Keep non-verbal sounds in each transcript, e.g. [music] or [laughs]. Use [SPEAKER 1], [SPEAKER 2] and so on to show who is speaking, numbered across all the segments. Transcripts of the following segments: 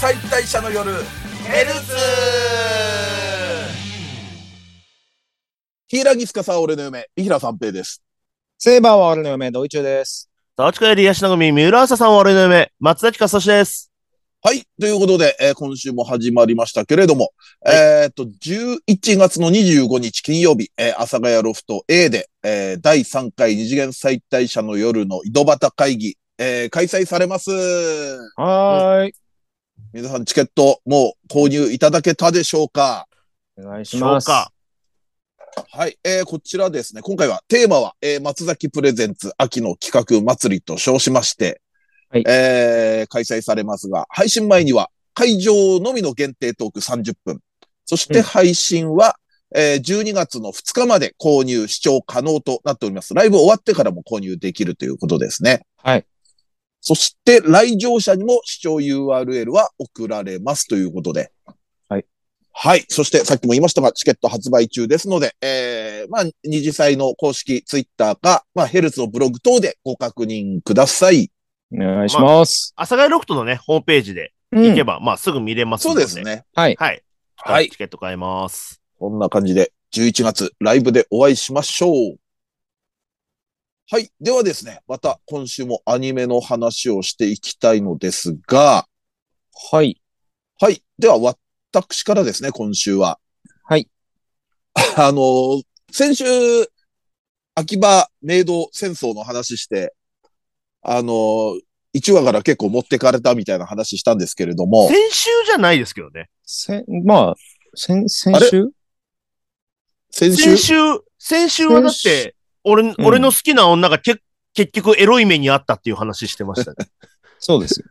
[SPEAKER 1] 解体者の夜ヘルツ
[SPEAKER 2] 柊司さん、俺の嫁、三平三平です。
[SPEAKER 3] セイバーは俺の嫁、同意中です。
[SPEAKER 4] 沢近より吉野組、三浦朝さんは俺の夢、松田千佳そしです。
[SPEAKER 2] はい。ということで、えー今週も始まりましたけれども、えーっと、11月の25日金曜日、えー、阿佐ヶ谷ロフト A で、えー第3回二次元再退者の夜の井戸端会議、えー開催されます。
[SPEAKER 3] はーい。
[SPEAKER 2] 皆さん、チケット、もう購入いただけたでしょうか
[SPEAKER 3] お願いします。
[SPEAKER 4] そうか
[SPEAKER 2] はい。えーこちらですね。今回は、テーマは、えー松崎プレゼンツ秋の企画祭りと称しまして、
[SPEAKER 3] はい
[SPEAKER 2] えー開催されますが、配信前には、会場のみの限定トーク30分。そし
[SPEAKER 3] う
[SPEAKER 2] て
[SPEAKER 3] ん
[SPEAKER 2] 配信は、えー12月の2日まで購入、視聴可能となっております。ライブ終わってからも購入できるということですね。
[SPEAKER 3] はい。
[SPEAKER 2] そして、来場者にも視聴 URL は送られますということで。
[SPEAKER 3] はい。
[SPEAKER 2] はい。そして、さっきも言いましたが、チケット発売中ですので、えー、まあ、二次祭の公式ツイッターか、まあ、ヘルツのブログ等でご確認ください。
[SPEAKER 3] お願いします。
[SPEAKER 4] 阿佐ヶ谷ロフトのね、ホームページで
[SPEAKER 3] う
[SPEAKER 4] 行
[SPEAKER 3] ん
[SPEAKER 4] けば、まあすぐ見れます
[SPEAKER 2] そ
[SPEAKER 4] の
[SPEAKER 2] う
[SPEAKER 4] で、
[SPEAKER 2] です。ね。
[SPEAKER 3] はい。
[SPEAKER 4] はい。
[SPEAKER 2] はい
[SPEAKER 4] チケット買えます。
[SPEAKER 2] こんな感じで、11月ライブでお会いしましょう。はい。ではですね、また今週もアニメの話をしていきたいのですが、
[SPEAKER 3] はい。
[SPEAKER 2] はい。では、私からですね、今週は。
[SPEAKER 3] はい。
[SPEAKER 2] [laughs] あのー先週、秋葉明道戦争の話して、あのー、1話から結構持ってかれたみたいな話したんですけれども、
[SPEAKER 4] 先週じゃないですけどね。
[SPEAKER 3] せまあ、先、先週
[SPEAKER 2] 先週
[SPEAKER 4] 先週、先週はだっ
[SPEAKER 3] 先
[SPEAKER 4] て、俺、
[SPEAKER 3] ん
[SPEAKER 4] 俺の好きな女がけ結局エロい目にあったっていう話してましたね。
[SPEAKER 3] そうですよ。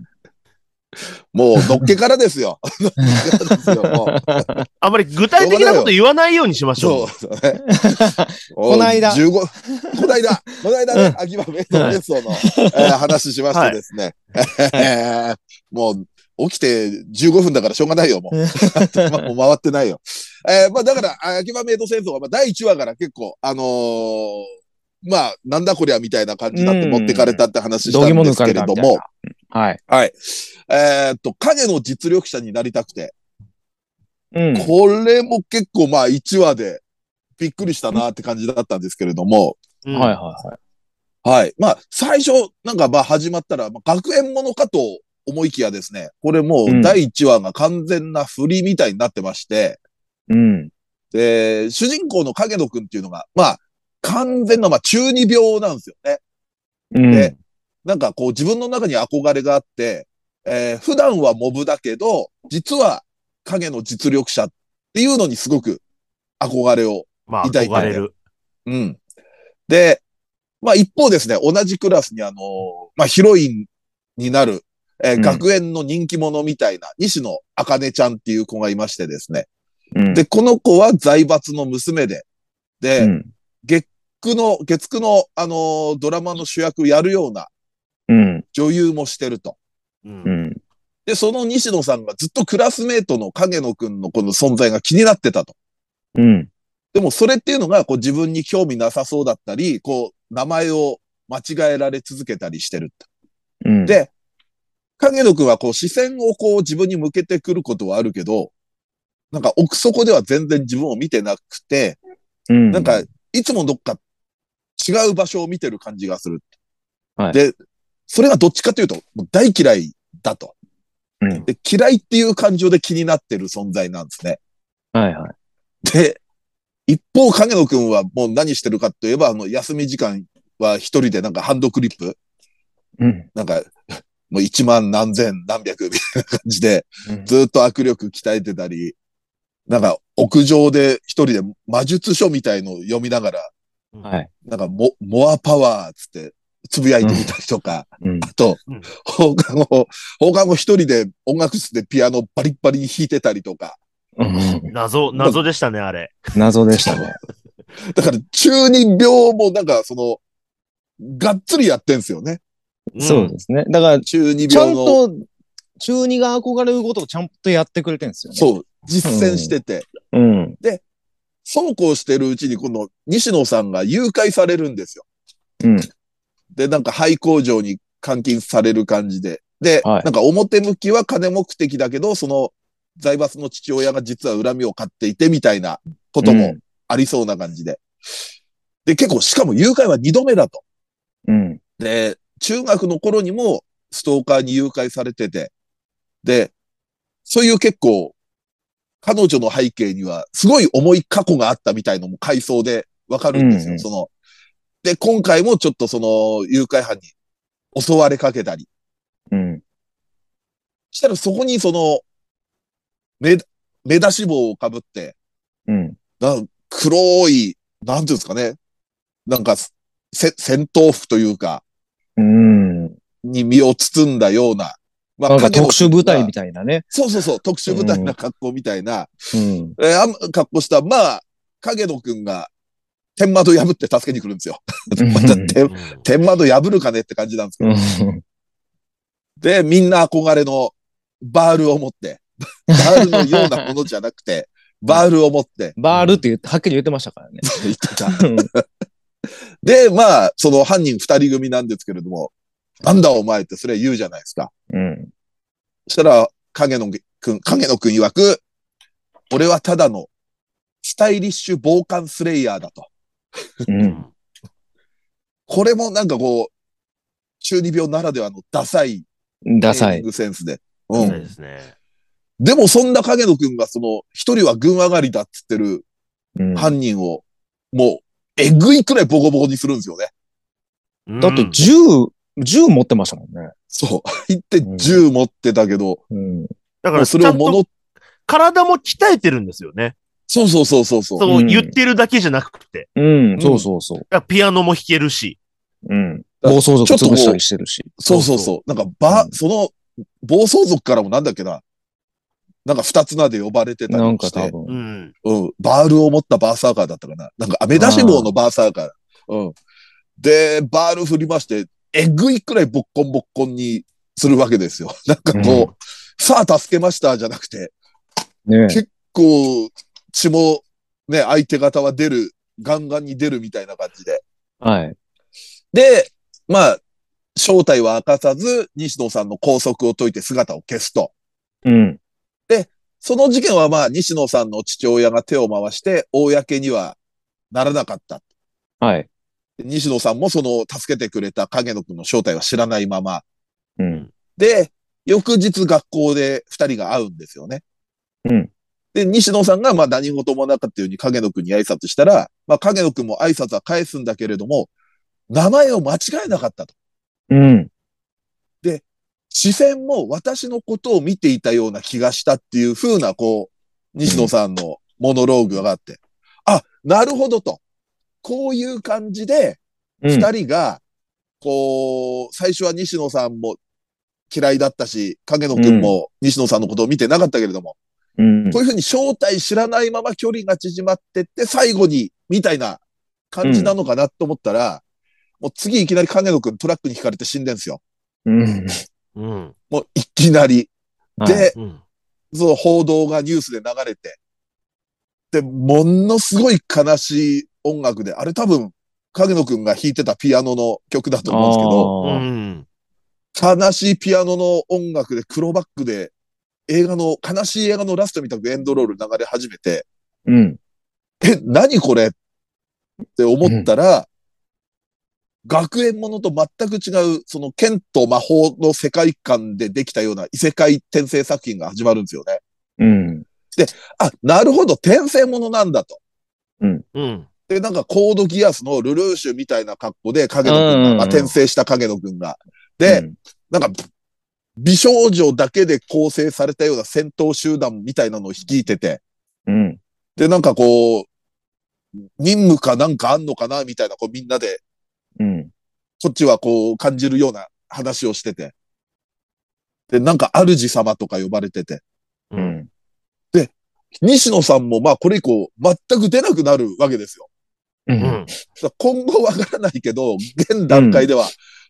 [SPEAKER 2] もうのっけからですよ。のっけからです [laughs] よ。
[SPEAKER 5] [laughs]
[SPEAKER 2] もう
[SPEAKER 4] あんまり具体的なこと言わないようにしましょ。
[SPEAKER 2] そううだね。
[SPEAKER 3] この間
[SPEAKER 2] 15、この間、この間
[SPEAKER 3] う
[SPEAKER 2] ね
[SPEAKER 3] ん、
[SPEAKER 2] 秋葉弁当戦争の、えー話しましてですね。えー [laughs] もう、起きて15分だからしょうがないよ、もう。 [laughs] まもう回ってないよ。えーまあだから、あ秋葉メイド戦争は、まあ、第1話から結構、あのーまあ、なんだこりゃみたいな感じになって
[SPEAKER 3] うん
[SPEAKER 2] 持ってかれたって話した
[SPEAKER 3] [laughs] どぎ
[SPEAKER 2] ん
[SPEAKER 3] も
[SPEAKER 2] で
[SPEAKER 3] 抜
[SPEAKER 2] す
[SPEAKER 3] か
[SPEAKER 2] け
[SPEAKER 3] れ
[SPEAKER 2] れ
[SPEAKER 3] た
[SPEAKER 2] ど
[SPEAKER 3] みたい
[SPEAKER 2] も
[SPEAKER 3] な、。はい。
[SPEAKER 2] はい。えーっと、影の実力者になりたくて、
[SPEAKER 3] うん。
[SPEAKER 2] これも結構まあ1話でびっくりしたなって感じだったんですけれども、
[SPEAKER 4] うん
[SPEAKER 3] はいはいは
[SPEAKER 2] はい。まあ最初なんかまあ始まったら、まあ、学園ものかと思いきやですね、これも
[SPEAKER 3] うん
[SPEAKER 2] う第1話が完全な振りみたいになってまして、
[SPEAKER 3] い。うん。
[SPEAKER 2] で、主人公の影野くんっていうのが、まあ完全なまあ中二病なんですよね。
[SPEAKER 3] うん。
[SPEAKER 2] でなんかこう自分の中に憧れがあって、えー普段はモブだけど、実は影の実力者っていうのにすごく憧れを
[SPEAKER 4] まあ、
[SPEAKER 2] 痛い痛い
[SPEAKER 4] 憧れる。
[SPEAKER 2] うん。で、まあ一方ですね、同じクラスにあの、まあヒロインになる、えー
[SPEAKER 3] うん
[SPEAKER 2] 学園の人気者みたいな、西野茜ちゃんっていう子がいましてですね。
[SPEAKER 3] うん、
[SPEAKER 2] で、この子は財閥の娘で、で、
[SPEAKER 3] うん。
[SPEAKER 2] 月9の、月9のあのードラマの主役やるような
[SPEAKER 3] うん。
[SPEAKER 2] 女優もしてると。
[SPEAKER 4] う。
[SPEAKER 3] うんん。
[SPEAKER 2] で、その西野さんがずっとクラスメートの影野くんのこの存在が気になってたと。
[SPEAKER 3] うん。
[SPEAKER 2] でもそれっていうのが、こう自分に興味なさそうだったり、こう、名前を間違えられ続けたりしてるって。
[SPEAKER 3] うん。
[SPEAKER 2] で影野くんはこう視線をこう自分に向けてくることはあるけど、なんか奥底では全然自分を見てなくて、
[SPEAKER 3] うん。
[SPEAKER 2] なんか、いつもどっか違う場所を見てる感じがする。
[SPEAKER 3] はい
[SPEAKER 2] で、それがどっちかというと、もう大嫌いだと、
[SPEAKER 3] うん
[SPEAKER 2] で。嫌いっていう感情で気になってる存在なんですね。
[SPEAKER 3] はいはい。
[SPEAKER 2] で、一方、影野くんはもう何してるかといえば、あの、休み時間は一人でなんかハンドクリップ、
[SPEAKER 3] うん。
[SPEAKER 2] なんか、もう一万何千何百みたいな感じで、
[SPEAKER 3] うん
[SPEAKER 2] ずっと握力鍛えてたり、なんか屋上で一人で魔術書みたいのを読みながら、
[SPEAKER 3] はい。
[SPEAKER 2] なんかモ、モアパワーっつって、つぶやいてみたりとか、
[SPEAKER 3] うん。
[SPEAKER 2] あと
[SPEAKER 4] うん、
[SPEAKER 2] 放課後、放課後一人で音楽室でピアノバリッバリ弾いてたりとか、
[SPEAKER 3] うん
[SPEAKER 4] 謎、謎でしたね、あれ。
[SPEAKER 3] 謎でしたね。
[SPEAKER 2] だから中二病もなんかその、がっつりやってんすよね。
[SPEAKER 4] ん
[SPEAKER 3] そうですね。だから、
[SPEAKER 2] 中二
[SPEAKER 3] ちゃ
[SPEAKER 2] 病
[SPEAKER 3] ん
[SPEAKER 2] の。
[SPEAKER 3] と、中二が憧れることをちゃんとやってくれてるんですよね。
[SPEAKER 2] そう、実践してて。
[SPEAKER 3] う。うん。
[SPEAKER 2] そうこうしてるうちに、この西野さんが誘拐されるんですよ。
[SPEAKER 3] うん。
[SPEAKER 2] で、なんか廃工場に監禁される感じで。で、
[SPEAKER 5] はい
[SPEAKER 2] なんか表向きは金目的だけど、その財閥の父親が実は恨みを買っていてみたいなこと
[SPEAKER 5] う
[SPEAKER 2] も
[SPEAKER 5] ん
[SPEAKER 2] ありそうな感じで。で、結構、しかも誘拐は二度目だと。
[SPEAKER 5] うん。
[SPEAKER 2] で、中学の頃にもストーカーに誘拐されてて、で、そういう結構、彼女の背景にはすごい重い過去があったみたいのも回想でわかるんですよ、
[SPEAKER 5] うんうん
[SPEAKER 2] その。で、今回もちょっとその誘拐犯に襲われかけたり、
[SPEAKER 5] うん。
[SPEAKER 2] したらそこにその、目、目出し帽をかぶって、
[SPEAKER 5] うん。
[SPEAKER 2] なん黒い、なんていうんですかね、なんか、せ、戦闘服というか、
[SPEAKER 5] うん。
[SPEAKER 2] に身を包んだような、ま
[SPEAKER 5] なんか
[SPEAKER 2] 影を
[SPEAKER 5] 特殊部隊みたいなね。
[SPEAKER 2] そうそうそう、特殊部隊な格好みたいな、
[SPEAKER 5] うん。
[SPEAKER 2] えーあん格好した、まあ、影野くんが、天窓破って助けに来るんですよ。また天天窓破るかねって感じなんですけど。
[SPEAKER 5] うん
[SPEAKER 2] で、みんな憧れのバールを持って、バールのようなものじゃなくて、バールを持って、
[SPEAKER 5] バールって言って、はっきり言ってましたからね。
[SPEAKER 2] 言ってた。で、まあ、その犯人二人組なんですけれども、なんだお前ってそれ言うじゃないですか。
[SPEAKER 5] うん。
[SPEAKER 2] そしたら、影野くん、影野くん曰く、俺はただのスタイリッシュ防寒スレイヤーだと。
[SPEAKER 5] うん。
[SPEAKER 2] これもなんかこう、中二病ならではのダサい
[SPEAKER 5] ダサ
[SPEAKER 2] ネーミ
[SPEAKER 5] い
[SPEAKER 2] ン。グセンスで。
[SPEAKER 4] う
[SPEAKER 2] うんん。
[SPEAKER 4] そうですね。
[SPEAKER 2] でもそんな影野くんがその、一人は群上がりだっつってる
[SPEAKER 5] うんだ
[SPEAKER 2] 犯人を、もう、えぐいくらいボコボコにするんですよね。
[SPEAKER 4] うん
[SPEAKER 5] って銃、銃持ってましたもんね。
[SPEAKER 2] そう。言って銃持ってたけど、
[SPEAKER 5] うん。
[SPEAKER 4] だか
[SPEAKER 2] もう
[SPEAKER 4] ら、
[SPEAKER 2] そ
[SPEAKER 4] ち
[SPEAKER 2] れ
[SPEAKER 4] ゃ
[SPEAKER 2] を
[SPEAKER 4] んと
[SPEAKER 2] 物、
[SPEAKER 4] 体も鍛えてるんですよね。
[SPEAKER 2] そうそうそうそうそう。
[SPEAKER 4] そうう、
[SPEAKER 5] ん
[SPEAKER 4] 言ってるだけじゃなくて。
[SPEAKER 5] うん。そうそうそう。
[SPEAKER 4] だからピアノも弾けるし。
[SPEAKER 5] うん。暴走族
[SPEAKER 2] ちょっとこう
[SPEAKER 5] 潰したりしてるし。
[SPEAKER 2] そうそうそう。なんか、ば、
[SPEAKER 5] うん
[SPEAKER 2] その、暴走族からもなんだっけな。なんか二つ名で呼ばれてた
[SPEAKER 5] なん
[SPEAKER 2] り
[SPEAKER 5] か
[SPEAKER 2] して。
[SPEAKER 5] 多
[SPEAKER 4] う
[SPEAKER 5] 分。
[SPEAKER 4] ん。
[SPEAKER 2] うん。バールを持ったバーサーカーだったかな。なんか、アメダシ帽のバーサーカー。うん。で、バール振りまして、えぐいくらいボッコンボッコンにするわけですよ。 [laughs] なんかこう、さあ助けましたじゃなくて、
[SPEAKER 5] ね
[SPEAKER 2] こう、血も、ね、相手方は出る、ガンガンに出るみたいな感じで。
[SPEAKER 5] はい。
[SPEAKER 2] で、まあ、正体は明かさず、西野さんの拘束を解いて姿を消すと。
[SPEAKER 5] うん。
[SPEAKER 2] その事件はまあ、西野さんの父親が手を回して、公にはならなかった。
[SPEAKER 5] はい。
[SPEAKER 2] 西野さんもその助けてくれた影野くんの正体は知らないまま。
[SPEAKER 5] うん。
[SPEAKER 2] で、翌日学校で二人が会うんですよね。
[SPEAKER 5] うん。
[SPEAKER 2] で、西野さんがまあ何事もなかったように影野くんに挨拶したら、まあ影野くんも挨拶は返すんだけれども、名前を間違えなかったと。
[SPEAKER 5] うん。
[SPEAKER 2] 視線も私のことを見ていたような気がしたっていう風な、こう、西野さんのモノローグがあって、あ、なるほどと。こういう感じで、
[SPEAKER 5] うん
[SPEAKER 2] 二人が、こう、最初は西野さんも嫌いだったし、影野くんも西野さんのことを見てなかったけれども、
[SPEAKER 5] うん
[SPEAKER 2] こういうふうに正体知らないまま距離が縮まってって、最後に、みたいな感じなのかなと思ったら、もう次いきなり影野くんトラックに引かれて死んでんですよ。
[SPEAKER 5] うん。
[SPEAKER 4] うん。
[SPEAKER 2] もういきなり。で、
[SPEAKER 5] はい
[SPEAKER 4] うん。
[SPEAKER 2] その報道がニュースで流れて、で、ものすごい悲しい音楽で、あれ多分、影野くんが弾いてたピアノの曲だと思うん
[SPEAKER 4] う
[SPEAKER 5] あー
[SPEAKER 4] ん。
[SPEAKER 2] ですけど、悲しいピアノの音楽で黒バックで、映画の、悲しい映画のラストみたくエンドロール流れ始めて、
[SPEAKER 5] うん。
[SPEAKER 2] え、何これって思ったら、学園ものと全く違う、その剣と魔法の世界観でできたような異世界転生作品が始まるんですよね。
[SPEAKER 5] うん。
[SPEAKER 2] あ、なるほど、転生ものなんだと。
[SPEAKER 4] うん。
[SPEAKER 2] で、なんかコードギアスのルルーシュみたいな格好で、影野く
[SPEAKER 5] うん
[SPEAKER 2] ん
[SPEAKER 5] うんう
[SPEAKER 2] が、
[SPEAKER 5] ん
[SPEAKER 2] まあ、転生した影野くんが。で、
[SPEAKER 5] うん、
[SPEAKER 2] なんか、美少女だけで構成されたような戦闘集団みたいなのを率いてて、
[SPEAKER 5] うん。
[SPEAKER 2] で、なんかこう、任務かなんかあんのかなみたいな、こうみんなで、
[SPEAKER 5] うん。
[SPEAKER 2] こっちはこう感じるような話をしてて。で、なんか主様とか呼ばれてて。
[SPEAKER 5] う。ん。
[SPEAKER 2] 西野さんもまあこれ以降全く出なくなるわけですよ。
[SPEAKER 5] う。
[SPEAKER 4] うんん。
[SPEAKER 2] 今後わからないけど、現段階では、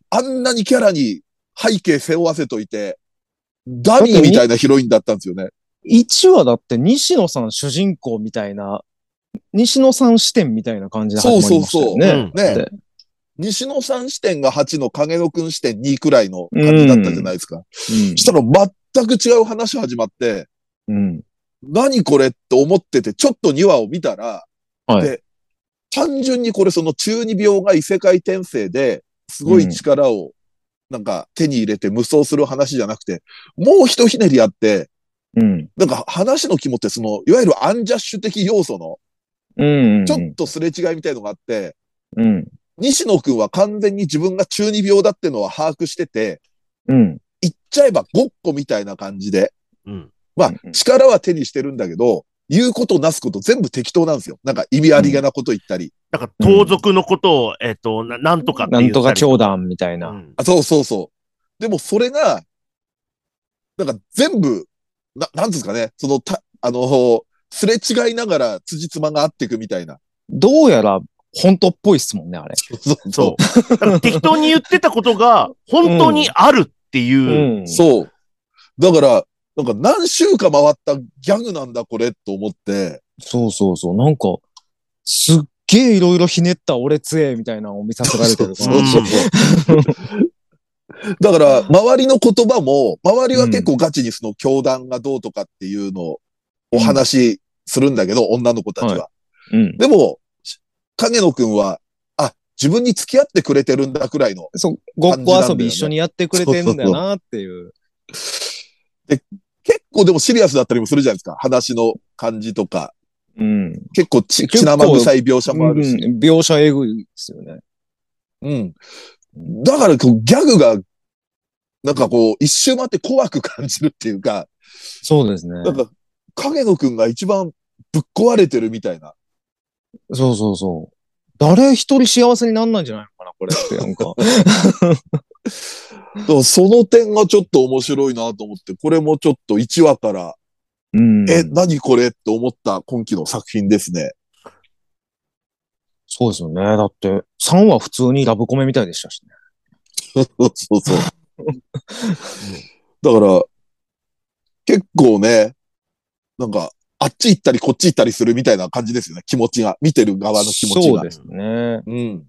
[SPEAKER 2] あんなにキャラに背景背負わせといて、ダミーみたいなヒロインだったんですよね。
[SPEAKER 5] 1話だって西野さん主人公みたいな、西野さん視点みたいな感じで始まりましたよね。
[SPEAKER 4] そうそうそう
[SPEAKER 2] ね
[SPEAKER 5] だって
[SPEAKER 2] 西野さん視点が8の影野くん視点2くらいの感じだったじゃないですか。したら全く違う話始まって、
[SPEAKER 5] うん。
[SPEAKER 2] 何これって思ってて、ちょっと2話を見たら、
[SPEAKER 5] はい
[SPEAKER 2] で、単純にこれその中二病が異世界転生で、すごい力を、なんか手に入れて無双する話じゃなくて、もうひとひねりあって、
[SPEAKER 5] うん。
[SPEAKER 2] なんか話の肝ってその、いわゆるアンジャッシュ的要素の、
[SPEAKER 5] うん。
[SPEAKER 2] ちょっとすれ違いみたいのがあって、
[SPEAKER 5] うん。
[SPEAKER 2] 西野くんは完全に自分が中二病だってのは把握してて、
[SPEAKER 5] うん。
[SPEAKER 2] 言っちゃえばごっこみたいな感じで、
[SPEAKER 4] うん。
[SPEAKER 2] ま
[SPEAKER 5] うんう
[SPEAKER 2] あ、
[SPEAKER 5] ん
[SPEAKER 2] 力は手にしてるんだけど、言うことなすこと全部適当なんですよ。なんか意味ありげなこと言ったり。
[SPEAKER 4] だから、盗賊のことを、えっと、ななんとかって
[SPEAKER 5] な
[SPEAKER 4] 言
[SPEAKER 5] ん
[SPEAKER 4] った
[SPEAKER 5] と
[SPEAKER 4] り
[SPEAKER 5] か教団みたいうな。
[SPEAKER 4] ん
[SPEAKER 2] あそうそうそう。でもそれが、なんか全部、な、なんですかね、その、た、あの、すれ違いながら辻褄が合っていくみたいな。
[SPEAKER 5] どうやら本当っぽいっすもんね、あれ。
[SPEAKER 2] そうそうそ
[SPEAKER 4] そう。だから適当に言ってたことが、本当にあるっていう。
[SPEAKER 2] う。
[SPEAKER 5] ん
[SPEAKER 2] そう。だから、なんか何週か回ったギャグなんだこれと思って、
[SPEAKER 5] そうそうそう。なんか、すっげえいろいろひねった俺強えみたいなのを見させられてるか
[SPEAKER 2] そ
[SPEAKER 5] ら。
[SPEAKER 2] うそうそう。だから、周りの言葉も、周りは結構ガチにその教団がどうとかっていうのをお話しするんだけど、女の子たちは。
[SPEAKER 5] はうん。
[SPEAKER 2] でも、し影野くんは、あ、自分に付き合ってくれてるんだくらいの。
[SPEAKER 5] そう、ごっこ遊び一緒にやってくれてるんだよなっていう。
[SPEAKER 2] 結構でもシリアスだったりもするじゃないですか。話の感じとか。
[SPEAKER 5] うん。
[SPEAKER 2] 結構ち
[SPEAKER 5] 結構
[SPEAKER 2] 血生臭い描写もあるし。
[SPEAKER 5] うん描写えぐいですよね。
[SPEAKER 2] うん。だからこうギャグが、なんかこう、一周回って怖く感じるっていうか、
[SPEAKER 5] そうですね。
[SPEAKER 2] なんか、影野くんが一番ぶっ壊れてるみたいな。
[SPEAKER 5] そうそうそう。誰一人幸せになんないんじゃないのかな、これって。 [laughs] なんか。
[SPEAKER 2] [laughs] だからその点がちょっと面白いなと思って、これもちょっと1話から、
[SPEAKER 5] うん
[SPEAKER 2] え、何これって思った今期の作品ですね。
[SPEAKER 5] そうですよね。だって、3は普通にラブコメみたいでしたしね。
[SPEAKER 2] そうそうそう。だから、結構ね、なんか、あっち行ったりこっち行ったりするみたいな感じですよね。気持ちが。見てる側の気持ち
[SPEAKER 5] そ
[SPEAKER 2] が
[SPEAKER 5] う。ですね。
[SPEAKER 2] うん。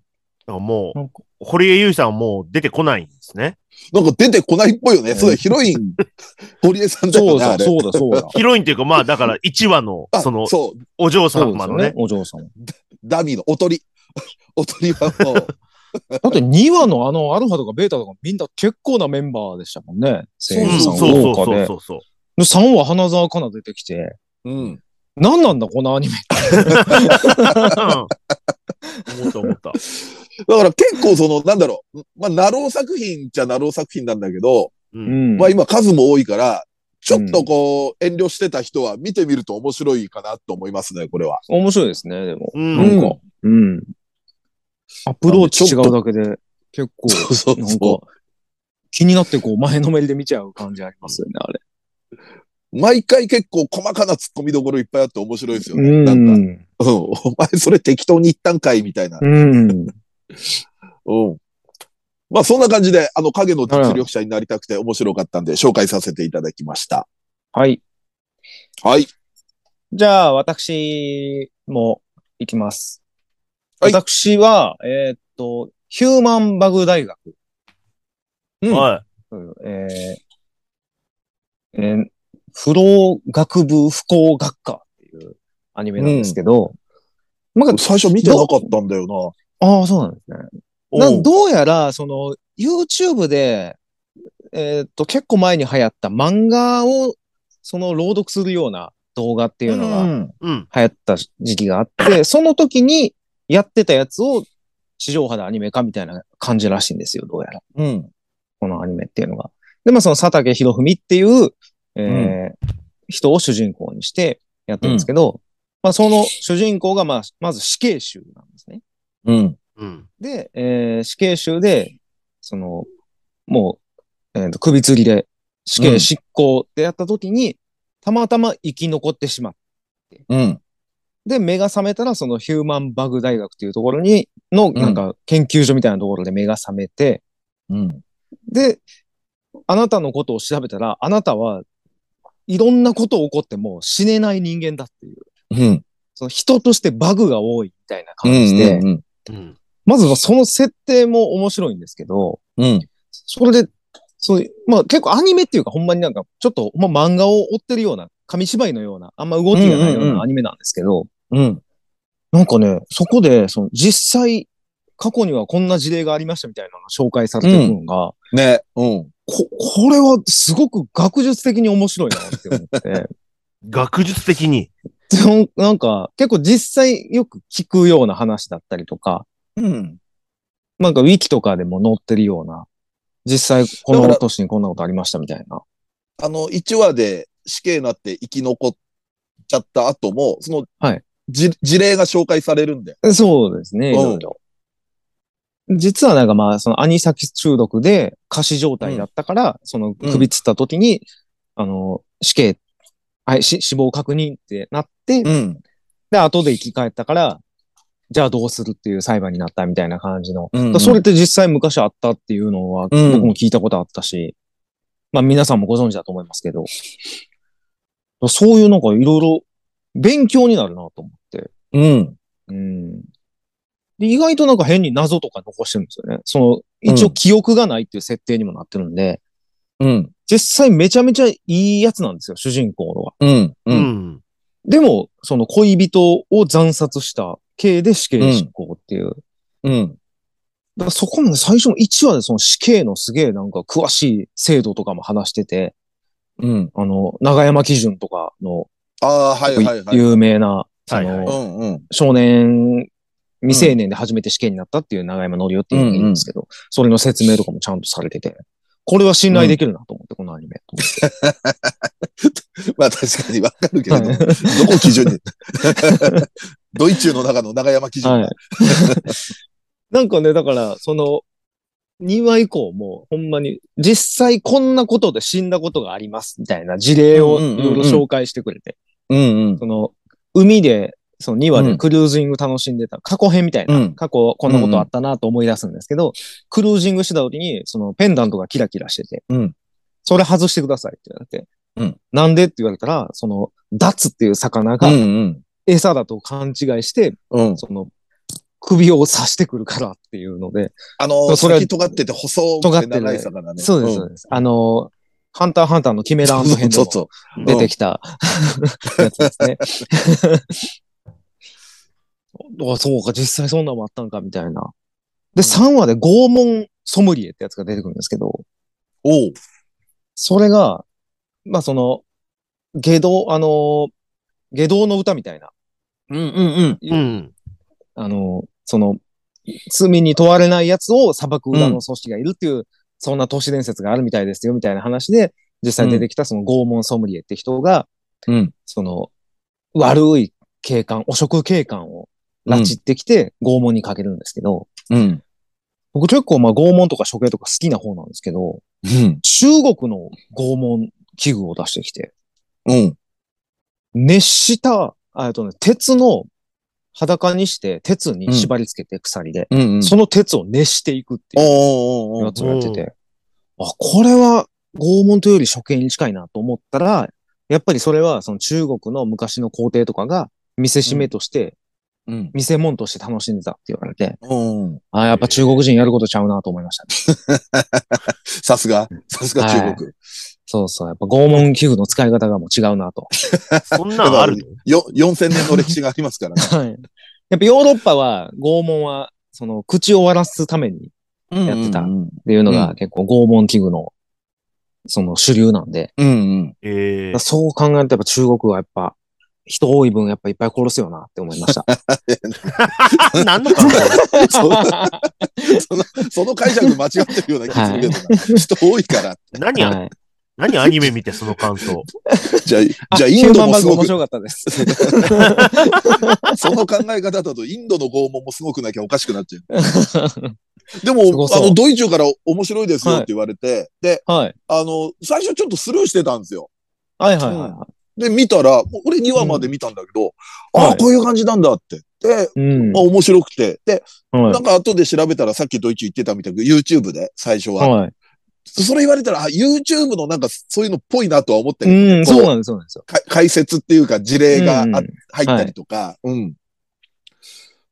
[SPEAKER 4] だからも
[SPEAKER 5] なんか
[SPEAKER 4] う、堀江優さんはもう出てこないんですね。
[SPEAKER 2] なんか出てこないっぽいよね。
[SPEAKER 5] ん
[SPEAKER 2] そうだ、ヒロイン、堀江さんだ
[SPEAKER 5] そ
[SPEAKER 2] よ
[SPEAKER 5] う
[SPEAKER 2] ね、あ
[SPEAKER 5] だ、
[SPEAKER 2] れ。
[SPEAKER 5] そうだ、そうだ。
[SPEAKER 4] ヒロインっていうか、まあ、だから1話の
[SPEAKER 2] あ、
[SPEAKER 4] その、
[SPEAKER 2] そう、
[SPEAKER 4] お嬢
[SPEAKER 5] そうで
[SPEAKER 4] 様
[SPEAKER 5] す
[SPEAKER 4] の
[SPEAKER 5] よね
[SPEAKER 4] ね。、
[SPEAKER 5] [laughs] お嬢様。
[SPEAKER 2] ダミーのおとり。 [laughs] おとりはもう、
[SPEAKER 5] だって2話のあの、アルファとかベータとかみんな結構なメンバーでしたもんね。声
[SPEAKER 4] うん
[SPEAKER 5] 優さ
[SPEAKER 4] そ
[SPEAKER 5] ん
[SPEAKER 4] う
[SPEAKER 5] 豪
[SPEAKER 4] そ
[SPEAKER 5] 華
[SPEAKER 4] うそう
[SPEAKER 5] で。
[SPEAKER 4] そうそう。
[SPEAKER 5] で3話花澤香菜出てきて、
[SPEAKER 2] うん。
[SPEAKER 5] 何なんだ、このアニメ。
[SPEAKER 4] 思った思っ
[SPEAKER 2] だ
[SPEAKER 4] た。
[SPEAKER 2] から結構その、なんだろう、まあ、ナロー作品っちゃナロー作品なんだけど、
[SPEAKER 4] うん
[SPEAKER 5] ん
[SPEAKER 2] まあ今数も多いから、ちょっとこう、遠慮してた人は見てみると面白いかなと思いますね、これは。
[SPEAKER 5] 面白いですね、でも。
[SPEAKER 4] うん
[SPEAKER 5] なんか、うん。アプローチ違うだけで、結構、
[SPEAKER 2] うそ
[SPEAKER 5] なんか、気になってこう、前のめりで見ちゃう感じありますよね、あれ。
[SPEAKER 2] 毎回結構細かな突っ込みどころいっぱいあって面白いですよね。な
[SPEAKER 5] うん
[SPEAKER 2] か、うん [laughs]
[SPEAKER 5] ん。
[SPEAKER 2] お前それ適当に言ったんかいみたいな。
[SPEAKER 5] うん。
[SPEAKER 2] うん。まあそんな感じで、あの影の実力者になりたくて面白かったんで紹介させていただきました。
[SPEAKER 5] はい。
[SPEAKER 2] はい。
[SPEAKER 5] じゃあ、私も行きます。
[SPEAKER 2] はい
[SPEAKER 5] 私は、えーっと、ヒューマンバグ大学、
[SPEAKER 2] うん
[SPEAKER 4] は
[SPEAKER 5] えーえー不老学部不幸学科っていうアニメなんですけど、なんか、
[SPEAKER 2] 最初見てなかったんだよな。
[SPEAKER 5] ああ、そうなんですね。
[SPEAKER 2] う
[SPEAKER 5] なん
[SPEAKER 2] ん
[SPEAKER 5] どうやら、その、YouTube で、えーっと、結構前に流行った漫画を、その、朗読するような動画っていうのが、
[SPEAKER 2] うん
[SPEAKER 4] い。うん。
[SPEAKER 5] 流行った時期があって、その時にやってたやつを地上波でアニメ化みたいな感じらしいんですよ、どうやら。
[SPEAKER 2] うん。
[SPEAKER 5] このアニメっていうのが。で、まあその佐竹博文っていう、えー人を主人公にしてやってるんですけど、まあその主人公がまあ、まず死刑囚なんですね。
[SPEAKER 2] うん。
[SPEAKER 4] うん。
[SPEAKER 5] で、えー死刑囚で、その、もう、えーと首吊りで死刑執行ってやった時に、たまたま生き残ってしまっ
[SPEAKER 2] うん。
[SPEAKER 5] で、目が覚めたら、そのヒューマンバグ大学っていうところに、の、なんか、研究所みたいなところで目が覚めて、
[SPEAKER 2] うん。
[SPEAKER 5] で、あなたのことを調べたら、あなたはいろんなこと起こっても死ねない人間だっていう、
[SPEAKER 2] うん。
[SPEAKER 5] その人としてバグが多いみたいな感じで、
[SPEAKER 2] うん。
[SPEAKER 4] うん。
[SPEAKER 5] まずはその設定も面白いんですけど、
[SPEAKER 2] うん。
[SPEAKER 5] それで、そういう、まあ結構アニメっていうかほんまになんかちょっと、まあ、漫画を追ってるような、紙芝居のような、あんま動きがないよ
[SPEAKER 2] うんう
[SPEAKER 5] うん
[SPEAKER 2] うん
[SPEAKER 5] なアニメなんですけど、
[SPEAKER 2] うん。
[SPEAKER 5] なんかね、そこで、その実際、過去にはこんな事例がありましたみたいなのが紹介されてるのが、
[SPEAKER 2] ね。うん。
[SPEAKER 5] こ、これはすごく学術的に面白いなって思って。
[SPEAKER 4] 学術的に。
[SPEAKER 5] でもなんか、結構実際よく聞くような話だったりとか、
[SPEAKER 2] うん。
[SPEAKER 5] なんかウィキとかでも載ってるような、実際こ
[SPEAKER 2] だか
[SPEAKER 5] の
[SPEAKER 2] ら
[SPEAKER 5] 年にこんなことありましたみたいな。
[SPEAKER 2] あの、1話で死刑になって生き残っちゃった後も、その、
[SPEAKER 5] はい
[SPEAKER 2] じ事例が紹介されるんで。
[SPEAKER 5] そうですね、いろいろ。実はなんかまあ、そのアニサキス中毒で仮死状態だったから、その首つった時に、あの、死刑、はい、し死亡確認ってなって、
[SPEAKER 2] ん。
[SPEAKER 5] で、後で生き返ったから、じゃあどうするっていう裁判になったみたいな感じの。
[SPEAKER 2] うん
[SPEAKER 5] だからそれって実際昔あったっていうのは、
[SPEAKER 2] うん
[SPEAKER 5] 僕も聞いたことあったし、まあ皆さんもご存知だと思いますけど、そういうなんかいろいろ勉強になるなと思って。
[SPEAKER 2] うん。
[SPEAKER 5] うんで意外となんか変に謎とか残してるんですよね。その、一
[SPEAKER 2] う
[SPEAKER 5] 応
[SPEAKER 2] ん
[SPEAKER 5] 記憶がないっていう設定にもなってるんで、
[SPEAKER 2] うん。
[SPEAKER 5] 実際めちゃめちゃいいやつなんですよ、主人公のは。
[SPEAKER 2] うん。う。
[SPEAKER 4] うんん。
[SPEAKER 5] でも、その恋人を惨殺した刑で死刑執行っていう。
[SPEAKER 2] うん。
[SPEAKER 5] だからそこもね、最初の1話でその死刑のすげえなんか詳しい制度とかも話してて、
[SPEAKER 2] うん。
[SPEAKER 5] あの、長山基準とかの
[SPEAKER 2] ああ、はいはいはい。
[SPEAKER 5] 有名な、
[SPEAKER 4] はい
[SPEAKER 5] あ
[SPEAKER 4] はい
[SPEAKER 5] の
[SPEAKER 2] うんうん。
[SPEAKER 5] 少年、未成年で初めて試験になったっていう長山のりおっていうのがいるんですけど、それの説明とかもちゃんとされてて、これは信頼できるなと思って、このアニメ。
[SPEAKER 2] まあ確かにわかるけれど、 [laughs]
[SPEAKER 5] はい
[SPEAKER 2] どこ基準に。 [laughs] ドイツの中の長山基準。
[SPEAKER 5] はい。 [laughs] なんかね、だから、その、2話以降も、ほんまに、実際こんなことで死んだことがあります、みたいな事例を
[SPEAKER 2] うんうんうん
[SPEAKER 5] い
[SPEAKER 2] うん
[SPEAKER 5] ろいろ紹介してくれて、
[SPEAKER 2] うん
[SPEAKER 5] その、海で、その2話
[SPEAKER 2] う
[SPEAKER 5] で
[SPEAKER 2] ん
[SPEAKER 5] クルージング楽しんでた、過去編みたいな、
[SPEAKER 2] うん
[SPEAKER 5] 過去こんなことあったなと思い出すんですけど、クルージングしてた時に、そのペンダントがキラキラしてて、
[SPEAKER 2] うん
[SPEAKER 5] それ外してくださいって言われて、
[SPEAKER 2] うん
[SPEAKER 5] なんでって言われたら、その、ダツっていう魚
[SPEAKER 2] うん。う
[SPEAKER 5] が
[SPEAKER 2] ん
[SPEAKER 5] 餌だと勘違いして、
[SPEAKER 2] うん。うん。
[SPEAKER 5] その、首を刺してくるからっていうので、
[SPEAKER 2] あ
[SPEAKER 5] そ
[SPEAKER 2] の、
[SPEAKER 5] うそれは
[SPEAKER 2] 先尖ってて細くて長い魚ね。
[SPEAKER 5] そうです、そうです。あの、ハンターハンターのキメラアンド編で
[SPEAKER 2] そう
[SPEAKER 5] も
[SPEAKER 2] そう。
[SPEAKER 5] 出てき [laughs] た、やつですね。 [laughs] あそうか、実際そんなのもあったんか、みたいな。で、3話で拷問ソムリエってやつが出てくるんですけど、
[SPEAKER 2] おう。
[SPEAKER 5] それが、まあその、下道、あの、下道の歌みたいな、
[SPEAKER 2] うんうんうん。
[SPEAKER 4] うん。
[SPEAKER 5] あの、その、罪に問われないやつを裁く裏の組織がいるっていう、そんな都市伝説があるみたいですよ、みたいな話で、実際出てきたその拷問ソムリエって人が、
[SPEAKER 2] うん
[SPEAKER 5] その、悪い警官、汚職警官を拉致ってきて拷問にかけるんですけど、
[SPEAKER 2] うん。
[SPEAKER 5] 僕結構まあ拷問とか処刑とか好きな方なんですけど、
[SPEAKER 2] うん。
[SPEAKER 5] 中国の拷問器具を出してきて、
[SPEAKER 2] うん。
[SPEAKER 5] 熱した、あえっとね、鉄の裸にして、鉄に縛り付けて鎖で、
[SPEAKER 2] うん。うん。
[SPEAKER 5] その鉄を熱していくっていう
[SPEAKER 2] おうおうおう
[SPEAKER 5] やつをやってて、あ、これは拷問というより処刑に近いなと思ったら、やっぱりそれはその中国の昔の皇帝とかが見せしめとして、
[SPEAKER 2] うん。
[SPEAKER 5] 見せ物として楽しんでたって言われて、
[SPEAKER 2] うん。
[SPEAKER 5] あ、やっぱ中国人やることちゃうなと思いましたね。
[SPEAKER 2] さすが。さすが中国。
[SPEAKER 5] そうそう、やっぱ拷問器具の使い方がもう違うなと。
[SPEAKER 4] そんなんあるの
[SPEAKER 2] よ、4000年の歴史がありますからね。
[SPEAKER 5] はい。やっぱヨーロッパは拷問は、その口を割らすためにやってた
[SPEAKER 2] う
[SPEAKER 5] っ
[SPEAKER 2] ん
[SPEAKER 5] ていうの
[SPEAKER 2] う
[SPEAKER 5] が結構拷問器具の、その主流なんで、
[SPEAKER 2] うん。
[SPEAKER 4] え
[SPEAKER 5] だか
[SPEAKER 4] え
[SPEAKER 5] ら。そう考えるとやっぱ中国はやっぱ人多い分やっぱいっぱい殺すよなって思いま [laughs] した。
[SPEAKER 4] 何のか
[SPEAKER 2] そのその、その解釈間違ってるような気するけどな。人多いから。
[SPEAKER 4] 何や、
[SPEAKER 5] い。
[SPEAKER 4] 何アニメ見てその感想。
[SPEAKER 2] じゃあ、じゃ
[SPEAKER 5] あ
[SPEAKER 2] あインド
[SPEAKER 5] ヒューマ
[SPEAKER 2] も
[SPEAKER 5] バ
[SPEAKER 2] す
[SPEAKER 5] グ
[SPEAKER 2] ご
[SPEAKER 5] 面
[SPEAKER 2] く、
[SPEAKER 5] 白かったです。
[SPEAKER 2] その考え方だとインドの拷問もすごくなきゃおかしくなっちゃう。ですも
[SPEAKER 5] ご、そう
[SPEAKER 2] あの、ドイツから面白いですよって言われて、で、
[SPEAKER 5] [laughs] はい。
[SPEAKER 2] あの、最初ちょっとスルーしてたんですよ。
[SPEAKER 5] はいはいはいは
[SPEAKER 2] で、見たら、もう俺2話まで見たんだけど、ああ、
[SPEAKER 5] はい
[SPEAKER 2] こういう感じなんだって。で、
[SPEAKER 5] い。うん
[SPEAKER 2] あ、。面白くて。で、
[SPEAKER 5] は
[SPEAKER 2] なんか後で調べたらさっきドイツ言ってたみたいな YouTube で、最初
[SPEAKER 5] い。
[SPEAKER 2] は。
[SPEAKER 5] は
[SPEAKER 2] それ言われたら、あ、YouTube のなんかそういうのっぽいなとは思った
[SPEAKER 5] い。
[SPEAKER 2] けど、
[SPEAKER 5] うん、
[SPEAKER 2] こう
[SPEAKER 5] そうなんです、そうなんですよ。
[SPEAKER 2] か解説っていうか事例があ
[SPEAKER 5] うん
[SPEAKER 2] 入ったりとか、うん。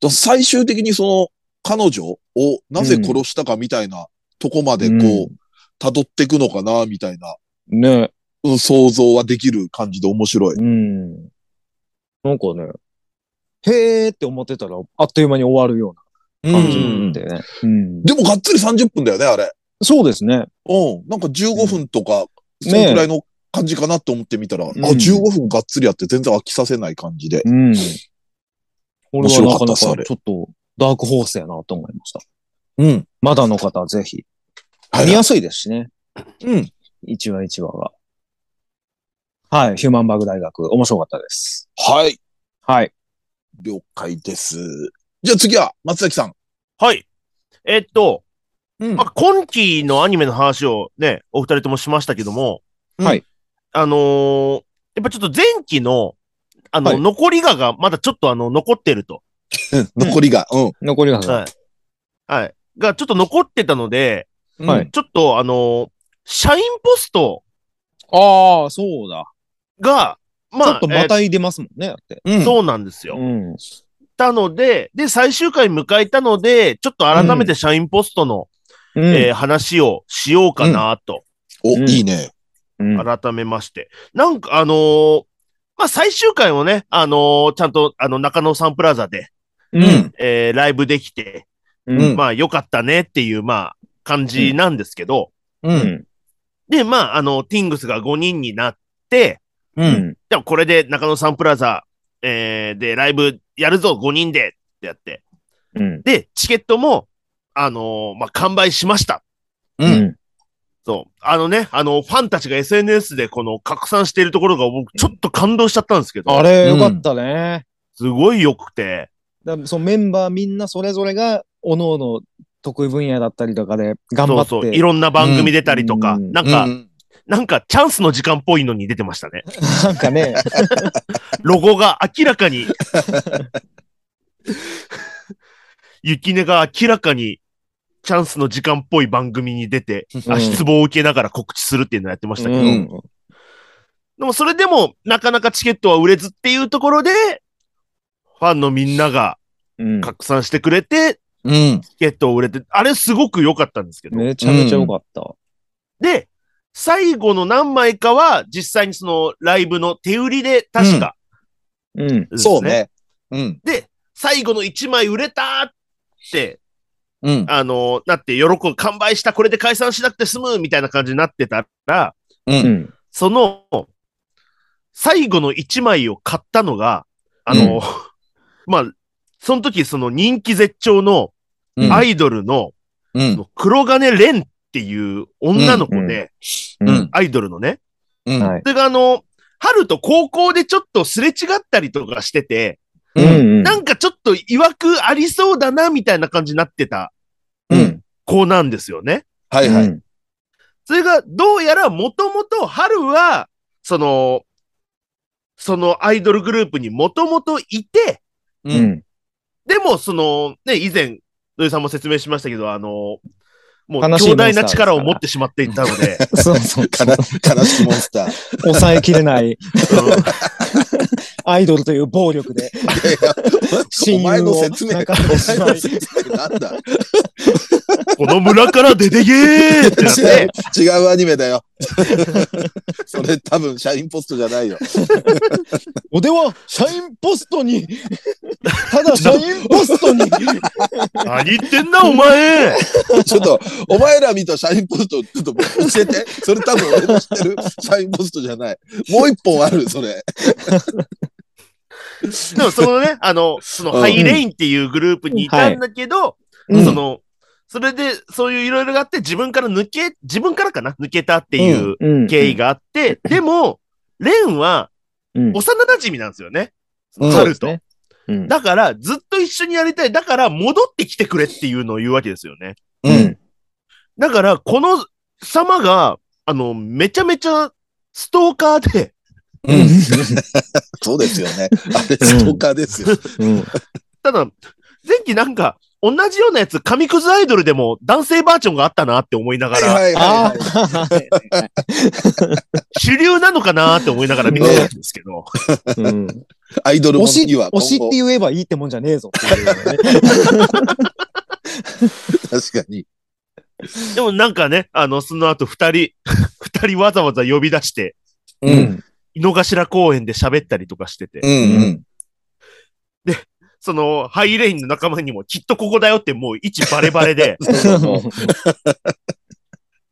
[SPEAKER 2] だ最終的にその彼女をなぜ殺したかみたいなとこまでこう、
[SPEAKER 5] うん
[SPEAKER 2] 辿っていくのかな、みたいな、
[SPEAKER 5] ね。
[SPEAKER 2] うん想像はできる感じで面白い。
[SPEAKER 5] うん。なんかね、へーって思ってたら、あっという間に終わるような感じになってね。うん。
[SPEAKER 2] でもがっつり30分だよね、あれ。
[SPEAKER 5] そうですね。
[SPEAKER 2] うん。なんか15分とか、
[SPEAKER 5] ねえ
[SPEAKER 2] そのくらいの感じかなって思ってみたら、あ、
[SPEAKER 5] ん
[SPEAKER 2] 15分がっつりやって全然飽きさせない感じで。
[SPEAKER 5] うん。こ
[SPEAKER 2] 面
[SPEAKER 5] れはなか
[SPEAKER 2] 白かった
[SPEAKER 5] な
[SPEAKER 2] っすあ
[SPEAKER 5] か
[SPEAKER 2] れ
[SPEAKER 5] ちょっとダークホースやなと思いました。
[SPEAKER 2] うん。
[SPEAKER 5] まだの方はぜひ。
[SPEAKER 2] はい
[SPEAKER 5] 見やすいですしね。
[SPEAKER 2] うん。
[SPEAKER 5] 一話一話が。はい。ヒューマンバグ大学。面白かったです。
[SPEAKER 2] はい。
[SPEAKER 5] はい。
[SPEAKER 2] 了解です。じゃあ次は、松崎さん。
[SPEAKER 4] はい。えっと、
[SPEAKER 2] うん
[SPEAKER 4] まあ、今期のアニメの話をね、お二人ともしましたけども、
[SPEAKER 5] はい。
[SPEAKER 4] あのーやっぱちょっと前期の、あの、
[SPEAKER 5] はい
[SPEAKER 4] 残りががまだちょっとあの、残ってると。
[SPEAKER 2] 残りが。うん。
[SPEAKER 5] 残りがは
[SPEAKER 4] はい。はい。が、ちょっと残ってたので、
[SPEAKER 5] い。
[SPEAKER 4] ちょっとあのー社員ポスト
[SPEAKER 5] ああ、そうだ。
[SPEAKER 4] が、まあ
[SPEAKER 5] ちょっ、とまたいでますもんね、だって。
[SPEAKER 2] う
[SPEAKER 4] えー
[SPEAKER 2] ん。
[SPEAKER 4] そうなんですよ。
[SPEAKER 5] ん。
[SPEAKER 4] たので、で、最終回迎えたので、ちょっと改めて社員ポストの、
[SPEAKER 5] うん
[SPEAKER 4] えー話をしようかなと、
[SPEAKER 2] お、
[SPEAKER 5] うん
[SPEAKER 2] いいね。
[SPEAKER 5] うん
[SPEAKER 4] 改めまして。なんか、あのーまあ、最終回もね、あのーちゃんと、あの、中野サンプラザで、
[SPEAKER 5] うん。
[SPEAKER 4] えーライブできて、
[SPEAKER 5] うん。
[SPEAKER 4] まあ、良かったねっていう、まあ、感じなんですけど、
[SPEAKER 2] う。
[SPEAKER 5] うんん。
[SPEAKER 4] で、まあ、あの、ティングスが5人になって、
[SPEAKER 2] う。
[SPEAKER 5] うんん。
[SPEAKER 4] じゃあこれで中野サンプラザ、えーで、ライブやるぞ、5人でってやって、
[SPEAKER 5] うん。
[SPEAKER 4] で、チケットも、あのーまあ、完売しました。
[SPEAKER 2] うん
[SPEAKER 5] うん。
[SPEAKER 4] そう。あのね、あの、ファンたちが SNS でこの拡散しているところが僕ちょっと感動しちゃったんですけど、
[SPEAKER 5] あれ、よかったね。
[SPEAKER 4] すごい良くて、
[SPEAKER 5] だからそのメンバーみんなそれぞれが、おのおの得意分野だったりとかで、頑張
[SPEAKER 4] そう
[SPEAKER 5] って。
[SPEAKER 4] そう、いろんな番組出たりとか、
[SPEAKER 5] うん
[SPEAKER 4] なんか、なんかチャンスの時間っぽいのに出てましたね。 [laughs]
[SPEAKER 5] なんかね、
[SPEAKER 4] ロゴが明らかに、 [laughs] 雪音が明らかに、チャンスの時間っぽい番組に出て、あ
[SPEAKER 5] うん
[SPEAKER 4] 失望を受けながら告知するっていうのをやってましたけど、
[SPEAKER 5] うん
[SPEAKER 4] でもそれでもなかなかチケットは売れずっていうところで、ファンのみんなが
[SPEAKER 5] うん
[SPEAKER 4] 拡散してくれて、
[SPEAKER 2] うん。
[SPEAKER 4] チケットを売れて、あれすごく良かったんですけど。
[SPEAKER 5] めちゃめちゃよかった。
[SPEAKER 4] で、最後の何枚かは実際にそのライブの手売りで確か、
[SPEAKER 5] うん。
[SPEAKER 4] です
[SPEAKER 2] そう。ね。うん。
[SPEAKER 4] で、最後の1枚売れたって、
[SPEAKER 2] うん。
[SPEAKER 4] あのなって喜ぶ、完売した、これで解散しなくて済むみたいな感じになってたら、
[SPEAKER 5] うん。
[SPEAKER 4] その、最後の1枚を買ったのが、あの、 [laughs] まあ、その時その人気絶頂の
[SPEAKER 2] うん
[SPEAKER 4] アイドルの
[SPEAKER 2] うん。
[SPEAKER 4] 黒金蓮っていう女の子で、
[SPEAKER 2] うん。
[SPEAKER 4] アイドルのね。
[SPEAKER 2] うん。
[SPEAKER 5] はい。
[SPEAKER 4] それがあの、春と高校でちょっとすれ違ったりとかしてて、
[SPEAKER 2] うん
[SPEAKER 5] ん
[SPEAKER 4] なんかちょっと曰くありそうだなみたいな感じになってた
[SPEAKER 2] うん。
[SPEAKER 4] 子なんですよね。
[SPEAKER 2] はいはい。
[SPEAKER 4] それがどうやらもともと春は、その、そのアイドルグループにもともといて、
[SPEAKER 2] う
[SPEAKER 5] う。ん。
[SPEAKER 4] でもその、ね、以前、土井さんも説明しましたけど、あの、もう
[SPEAKER 5] 悲しい
[SPEAKER 4] 強
[SPEAKER 5] モン
[SPEAKER 4] 大
[SPEAKER 5] スター
[SPEAKER 4] な
[SPEAKER 5] ですか
[SPEAKER 4] 力
[SPEAKER 5] ら
[SPEAKER 4] を持ってしまっていったので、
[SPEAKER 5] そうそ
[SPEAKER 2] [laughs]
[SPEAKER 5] う。
[SPEAKER 2] 悲悲しきモンスター。
[SPEAKER 5] 抑えきれない
[SPEAKER 4] うん
[SPEAKER 5] アイドルという暴力で。
[SPEAKER 2] いやお
[SPEAKER 5] 親友を
[SPEAKER 2] 前の説明、お
[SPEAKER 5] な
[SPEAKER 2] 前
[SPEAKER 5] んか
[SPEAKER 2] の説明なんだ
[SPEAKER 4] この村から出てけーってなって、
[SPEAKER 5] [laughs]
[SPEAKER 2] 違う違うアニメだよ。 [laughs] それ多分、社員ポストじゃないよ。
[SPEAKER 5] 俺は社員ポストに、ただ社員ポス
[SPEAKER 2] [laughs]
[SPEAKER 5] トに。
[SPEAKER 4] 何言ってんだお前
[SPEAKER 2] ちょっと、お前ら見た社員ポスト、ちょっと教えて。それ多分俺の知ってる社員ポストじゃない。もう一本ある、それ。
[SPEAKER 5] [laughs]
[SPEAKER 4] でもそのね、あの、その
[SPEAKER 2] うん
[SPEAKER 4] ハイレインっていうグループにいたんだけど、
[SPEAKER 5] うん
[SPEAKER 4] その、それで、そういういろいろがあって、自分から抜け、自分からかな抜けたっていう
[SPEAKER 5] うん
[SPEAKER 4] 経緯があって、でも、レンは
[SPEAKER 5] うん
[SPEAKER 4] 幼馴染なんですよね。
[SPEAKER 2] うん
[SPEAKER 4] ハルと。
[SPEAKER 5] うん
[SPEAKER 4] だから、ずっと一緒にやりたい。だから、戻ってきてくれっていうのを言うわけですよね。
[SPEAKER 2] う。
[SPEAKER 4] だから、この様が、あの、めちゃめちゃストーカーで、
[SPEAKER 2] うん。そうですよね。あれ、ストーカーですよ。
[SPEAKER 5] うん。
[SPEAKER 4] ただ、前期なんか、同じようなやつ、紙くずアイドルでも男性バージョンがあったなって思いなが
[SPEAKER 2] はい
[SPEAKER 4] ら、
[SPEAKER 2] はい
[SPEAKER 5] あ
[SPEAKER 2] はい。
[SPEAKER 4] 主流なのかなって思いながら見てたんですけど、
[SPEAKER 5] あ。うん。
[SPEAKER 2] アイドル
[SPEAKER 5] 推
[SPEAKER 2] もの
[SPEAKER 5] し、
[SPEAKER 2] には
[SPEAKER 5] 推しって
[SPEAKER 2] う。
[SPEAKER 5] 言えばいいってもんじゃねえぞっていうね
[SPEAKER 2] 確かに。
[SPEAKER 4] でもなんかね、あの、その後二人、二人わざわざ呼び出して、
[SPEAKER 2] う。
[SPEAKER 4] 井の頭公園で喋ったりとかしてて、
[SPEAKER 2] うん
[SPEAKER 4] その、ハイレインの仲間にもきっとここだよってもう位置バレバレ
[SPEAKER 2] [laughs]
[SPEAKER 4] で、
[SPEAKER 2] うん。そうそうそう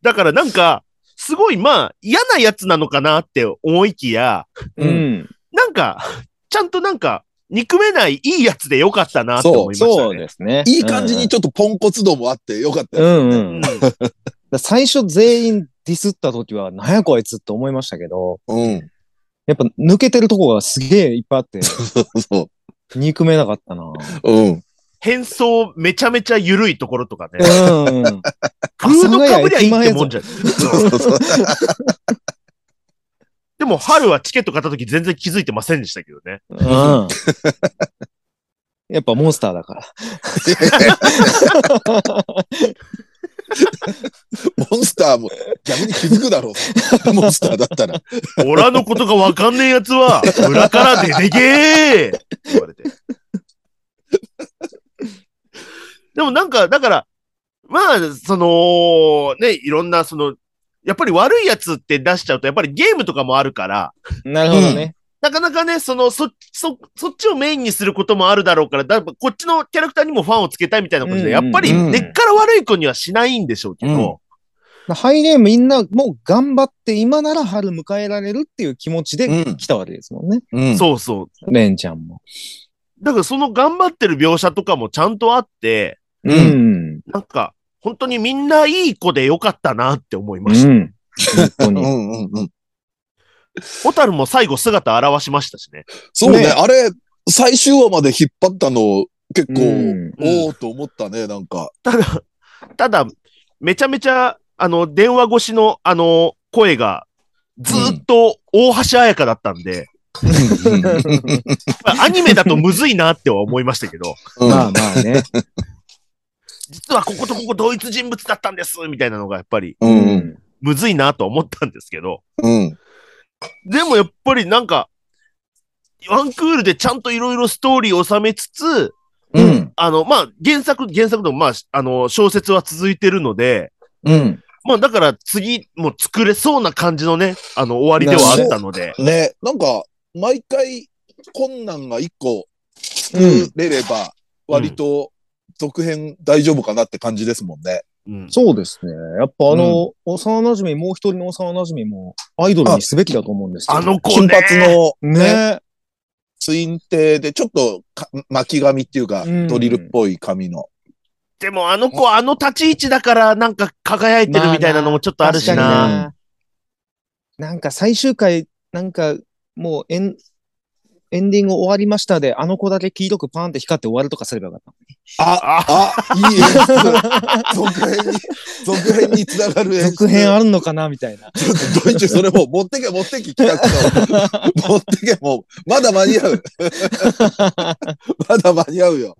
[SPEAKER 4] だからなんか、すごいまあ嫌なやつなのかなって思いきや、
[SPEAKER 2] う
[SPEAKER 5] う。
[SPEAKER 2] ん
[SPEAKER 4] なんか、ちゃんとなんか、憎めないいいやつでよかったなって
[SPEAKER 2] そう
[SPEAKER 4] 思いましたね。
[SPEAKER 5] そうですね。
[SPEAKER 2] いい感じにちょっとポンコツ度もあってよかった
[SPEAKER 5] う
[SPEAKER 2] よ。
[SPEAKER 5] んう。
[SPEAKER 4] うんん
[SPEAKER 5] だから最初全員ディスった時は、なんやこいつって思いましたけど、
[SPEAKER 2] うん。
[SPEAKER 5] やっぱ抜けてるとこがすげえいっぱいあって、
[SPEAKER 2] そうそ
[SPEAKER 5] 憎めなかったな。
[SPEAKER 2] う。うん。
[SPEAKER 4] 変装めちゃめちゃ緩いところとかね。
[SPEAKER 5] うん。
[SPEAKER 4] フードかぶりゃいいってもんじゃん。
[SPEAKER 2] そうそうそう。
[SPEAKER 4] でも、春はチケット買った時全然気づいてませんでしたけどね。
[SPEAKER 5] うん。 [laughs] やっぱモンスターだから。
[SPEAKER 2] モンスターも逆に気づくだろう。モンスターだったら。
[SPEAKER 4] オラのことがわかんねえやつは、裏から出てけーって言われて。でもなんか、だから、まあ、その、ね、いろんな、その、やっぱり悪いやつって出しちゃうと、やっぱりゲームとかもあるから、
[SPEAKER 5] なるほどね。
[SPEAKER 4] なかなかね、その、そ、そ、そっちをメインにすることもあるだろうから、だこっちのキャラクターにもファンをつけたいみたいなことで、
[SPEAKER 5] うんうん
[SPEAKER 4] やっぱり
[SPEAKER 2] うん
[SPEAKER 4] 根っから悪い子にはしないんでしょうけど、
[SPEAKER 5] ハイレーみんなもう頑張って今なら春迎えられるっていう気持ちで
[SPEAKER 2] ん。
[SPEAKER 5] 来たわけですもんね。
[SPEAKER 2] うん。
[SPEAKER 4] そうそう。
[SPEAKER 5] レンちゃんも。
[SPEAKER 4] だからその頑張ってる描写とかもちゃんとあって、
[SPEAKER 2] う。
[SPEAKER 5] うんん。
[SPEAKER 4] なんか、本当にみんないい子でよかったなって思いうました。
[SPEAKER 5] ん。本当
[SPEAKER 2] う
[SPEAKER 5] に。
[SPEAKER 2] んうんうん。
[SPEAKER 4] 小樽も最後姿現しましたしね。
[SPEAKER 2] そうね。
[SPEAKER 5] ね
[SPEAKER 2] あれ、最終話まで引っ張ったの、結構、
[SPEAKER 5] うん
[SPEAKER 2] おおと思ったね、なんか。
[SPEAKER 4] ただ、めちゃめちゃ、あの、電話越しの、あの、声が、ずーっと大橋彩香だったん
[SPEAKER 5] [laughs]
[SPEAKER 4] で、まあアニメだとむずいなっては思いましたけど、
[SPEAKER 2] うん
[SPEAKER 5] まあまあね。
[SPEAKER 4] 実はこことここ同一人物だったんですみたいなのがやっぱり
[SPEAKER 2] う
[SPEAKER 5] うん
[SPEAKER 2] うん。。
[SPEAKER 4] むずいなとは思ったんですけど、
[SPEAKER 2] うん。
[SPEAKER 4] でもやっぱりなんか、ワンクールでちゃんといろいろストーリーを収めつつ、
[SPEAKER 2] うん。
[SPEAKER 4] あの、まあ、原作、原作でもまあ、あの、小説は続いてるので、
[SPEAKER 2] うん。
[SPEAKER 4] まあだから次も作れそうな感じのね、あの、終わりではあったので、
[SPEAKER 2] ね。なんか、毎回、困難が一個、
[SPEAKER 5] うん
[SPEAKER 2] 作れれば、割と、続編大丈夫かなって感じですもんね。
[SPEAKER 4] うん。
[SPEAKER 5] そうですね。やっぱあの、幼馴染み、もう一人の幼馴染みもアイドルにすべきだと思うんですよ。
[SPEAKER 4] あの子
[SPEAKER 2] 金
[SPEAKER 4] ね、
[SPEAKER 2] 髪の
[SPEAKER 5] ね。
[SPEAKER 2] ツインテーで、ちょっとか巻き髪っていうか、
[SPEAKER 5] うん
[SPEAKER 2] ドリルっぽい髪の。
[SPEAKER 4] でもあの子、あの立ち位置だからなんか輝いてるみたいなのもちょっとあるし
[SPEAKER 5] 確かに
[SPEAKER 4] な。
[SPEAKER 5] な。なんか最終回、なんかもうエン、エンディング終わりましたで、あの子だけ黄色くパーンって光って終わるとかすればよかっ
[SPEAKER 4] あ、
[SPEAKER 2] あ、いい演出続編に、続編につながる演出。
[SPEAKER 5] た。続編あるのかなみ
[SPEAKER 2] [laughs]
[SPEAKER 5] たいな。
[SPEAKER 2] ちょっとドイツそれもう持ってけ持ってき企画の。持ってけもう、まだ間に合う。まだ間に合うよ。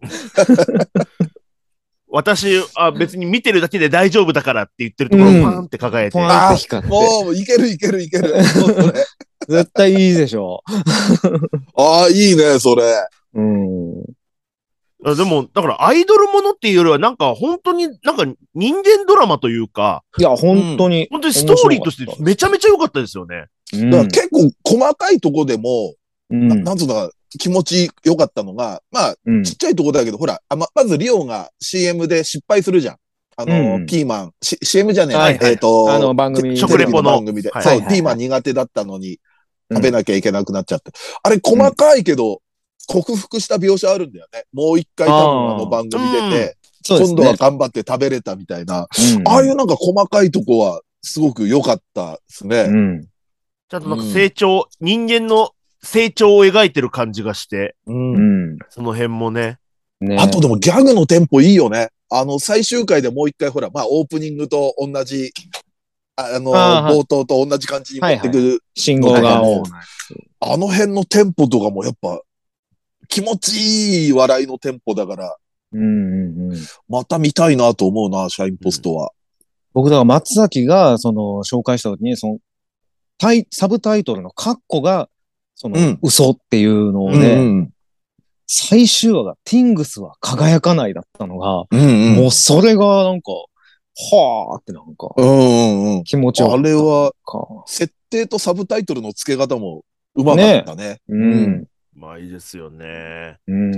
[SPEAKER 4] 私、あ、別に見てるだけで大丈夫だからって言ってるところ
[SPEAKER 5] う
[SPEAKER 4] を
[SPEAKER 5] ん
[SPEAKER 4] パーンって輝いて
[SPEAKER 5] ポ。ーンって光って。
[SPEAKER 2] もう、いけるいけるいける。もうそれ
[SPEAKER 5] 絶対いいでしょ
[SPEAKER 2] ああ、いいね、それ。
[SPEAKER 5] う。うん。
[SPEAKER 4] あでも、だからアイドルものっていうよりは、なんか本当になんか人間ドラマというか、
[SPEAKER 5] いや、本当に。
[SPEAKER 4] 本当にストーリーとしてめちゃめちゃ良かったですよね。
[SPEAKER 5] うん
[SPEAKER 2] だから結構細かいとこでも、
[SPEAKER 5] うん
[SPEAKER 2] ななんつうのか、気持ち良かったのが、まあ、
[SPEAKER 5] うん
[SPEAKER 2] ちっちゃいとこだけど、ほら、あままずリオが CM で失敗するじゃん。あの、
[SPEAKER 5] うん
[SPEAKER 2] ピーマン、C、m じゃねえ、
[SPEAKER 4] はいはい
[SPEAKER 2] えっ、と、
[SPEAKER 5] あの番組
[SPEAKER 2] テ
[SPEAKER 4] 食レポの
[SPEAKER 2] テレビ番組で。
[SPEAKER 4] はい
[SPEAKER 2] そう、
[SPEAKER 5] はいはい
[SPEAKER 2] ピーマン苦手だったのに、
[SPEAKER 5] うん
[SPEAKER 2] 食べなきゃいけなくなっちゃって。あれ、細かいけど、克服した描写あるんだよね。もう一回多分
[SPEAKER 5] あー
[SPEAKER 2] あの番組出て、
[SPEAKER 5] そうです
[SPEAKER 2] 今度は
[SPEAKER 5] ね。
[SPEAKER 2] 頑張って食べれたみたいな。
[SPEAKER 5] うん
[SPEAKER 2] ああいうなんか細かいとこは、すごく良かったですね。
[SPEAKER 5] うん。
[SPEAKER 4] ちゃんとなんか成長、人間の成長を描いてる感じがして、
[SPEAKER 2] うん
[SPEAKER 5] うん。
[SPEAKER 4] その辺もね。
[SPEAKER 5] ね
[SPEAKER 2] あとでもギャグのテンポいいよね。あの、最終回でもう一回ほら、まあオープニングと同じ、ああの、
[SPEAKER 5] あーはい
[SPEAKER 2] 冒頭と同じ感じに持ってくる、
[SPEAKER 5] 信号が青。
[SPEAKER 2] あの辺のテンポとかもやっぱ、気持ちいい笑いのテンポだから、
[SPEAKER 5] うんうんうん。
[SPEAKER 2] また見たいなと思うな、シャインポストは。
[SPEAKER 5] 僕、だから松崎が、その、紹介した時に、その、タイ、サブタイトルのカッコが、その、
[SPEAKER 2] うん
[SPEAKER 5] 嘘っていうのを
[SPEAKER 2] う
[SPEAKER 5] ね、
[SPEAKER 2] ん。
[SPEAKER 5] 最終話がティングスは輝かないだったのが、
[SPEAKER 2] うんうん。
[SPEAKER 5] もうそれがなんか、はーってなんか、
[SPEAKER 2] うんうんうん。
[SPEAKER 5] 気持ちよか
[SPEAKER 2] あ
[SPEAKER 5] っ
[SPEAKER 2] れは、
[SPEAKER 5] たか。
[SPEAKER 2] 設定とサブタイトルの付け方もうまかったね。
[SPEAKER 5] うん。
[SPEAKER 4] まあいいですよね。
[SPEAKER 5] うん。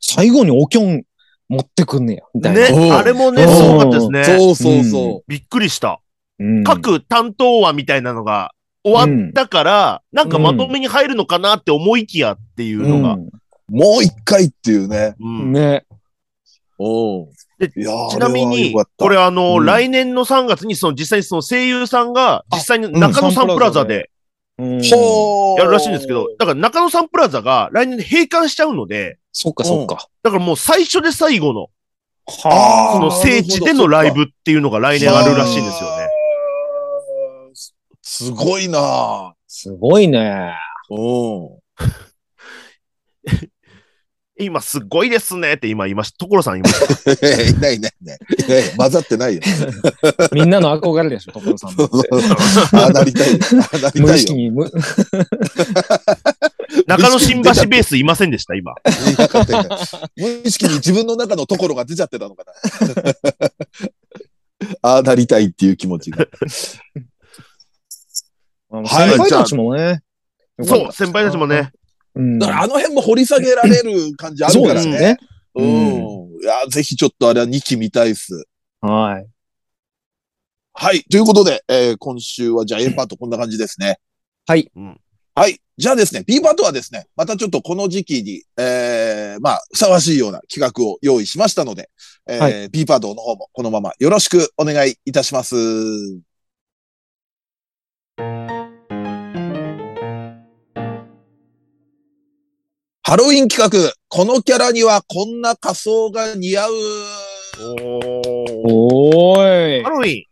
[SPEAKER 5] 最後におきょん持ってくんねや、みたいな。
[SPEAKER 2] う、
[SPEAKER 4] ね
[SPEAKER 2] ん
[SPEAKER 4] あれもね、
[SPEAKER 5] うん
[SPEAKER 4] すごかったですね。
[SPEAKER 2] そうそうそ
[SPEAKER 4] びっくりした。
[SPEAKER 5] うん
[SPEAKER 4] 各担当話みたいなのが終わったから、なんかまとめに入るのかなって思いきやっていうのが。
[SPEAKER 2] う。もう一回っていうね。
[SPEAKER 5] う
[SPEAKER 4] うん
[SPEAKER 5] んね。
[SPEAKER 2] おう
[SPEAKER 4] で
[SPEAKER 2] いやー
[SPEAKER 4] ちなみに、こ
[SPEAKER 2] あ
[SPEAKER 4] れあの、
[SPEAKER 2] うん
[SPEAKER 4] 来年の3月にその実際にその声優さんが実際に
[SPEAKER 2] うん
[SPEAKER 4] 中野サン
[SPEAKER 5] サン
[SPEAKER 4] プ
[SPEAKER 5] プ
[SPEAKER 4] ラ
[SPEAKER 5] ラ
[SPEAKER 4] ザ
[SPEAKER 5] ザ
[SPEAKER 4] で
[SPEAKER 5] でうん
[SPEAKER 2] れは
[SPEAKER 4] やるらしいんですけど、だから中野サンプラザが来年で閉館しちゃうので、
[SPEAKER 5] そっかそっか。
[SPEAKER 4] だからもう最初で最後の、
[SPEAKER 2] あー
[SPEAKER 4] その聖地でのライブっていうのが来年あるらしいんですよね。。
[SPEAKER 2] はーすすごいなぁ
[SPEAKER 5] すごいね。
[SPEAKER 2] うん。 [laughs]
[SPEAKER 4] 今すごいですねって今言いました。所さん言いました。
[SPEAKER 2] いないいないいない。いない混ざってないよ。
[SPEAKER 5] みんなの憧れでしょ、所さんの。
[SPEAKER 2] [laughs] ああなりたいよ。ああなり
[SPEAKER 5] 無
[SPEAKER 2] た
[SPEAKER 5] 意
[SPEAKER 2] い
[SPEAKER 5] 識
[SPEAKER 2] よ。
[SPEAKER 5] に、む
[SPEAKER 4] 中野新橋ベースいませんでした、今。
[SPEAKER 2] いなかったよ無意識に自分の中のところが出ちゃってたのかな。 [laughs] ああなりたいっていう気持ちが。
[SPEAKER 5] 先輩たちもね。
[SPEAKER 4] そう、先輩たちもね。
[SPEAKER 5] うん。
[SPEAKER 2] だからあの辺も掘り下げられる感じある
[SPEAKER 5] そう
[SPEAKER 2] か
[SPEAKER 5] で
[SPEAKER 2] ら
[SPEAKER 5] す
[SPEAKER 2] ね。
[SPEAKER 5] ね。
[SPEAKER 2] う。
[SPEAKER 5] うん
[SPEAKER 2] いや、ぜひちょっとあれは2期見たいっす。
[SPEAKER 5] はい。
[SPEAKER 2] はい。ということで、えー今週はじゃあ A パートこんな感じですね。
[SPEAKER 5] はい
[SPEAKER 4] うん。
[SPEAKER 2] はい。じゃあですね、B パートはですね、またちょっとこの時期に、えー、まあ、ふさわしいような企画を用意しましたので、えー
[SPEAKER 5] は
[SPEAKER 2] B パートの方もこのままよろしくお願いいたします。ハロウィン企画、このキャラにはこんな仮装が似合う。
[SPEAKER 4] おー
[SPEAKER 5] おーい
[SPEAKER 4] ハ。ロウィン。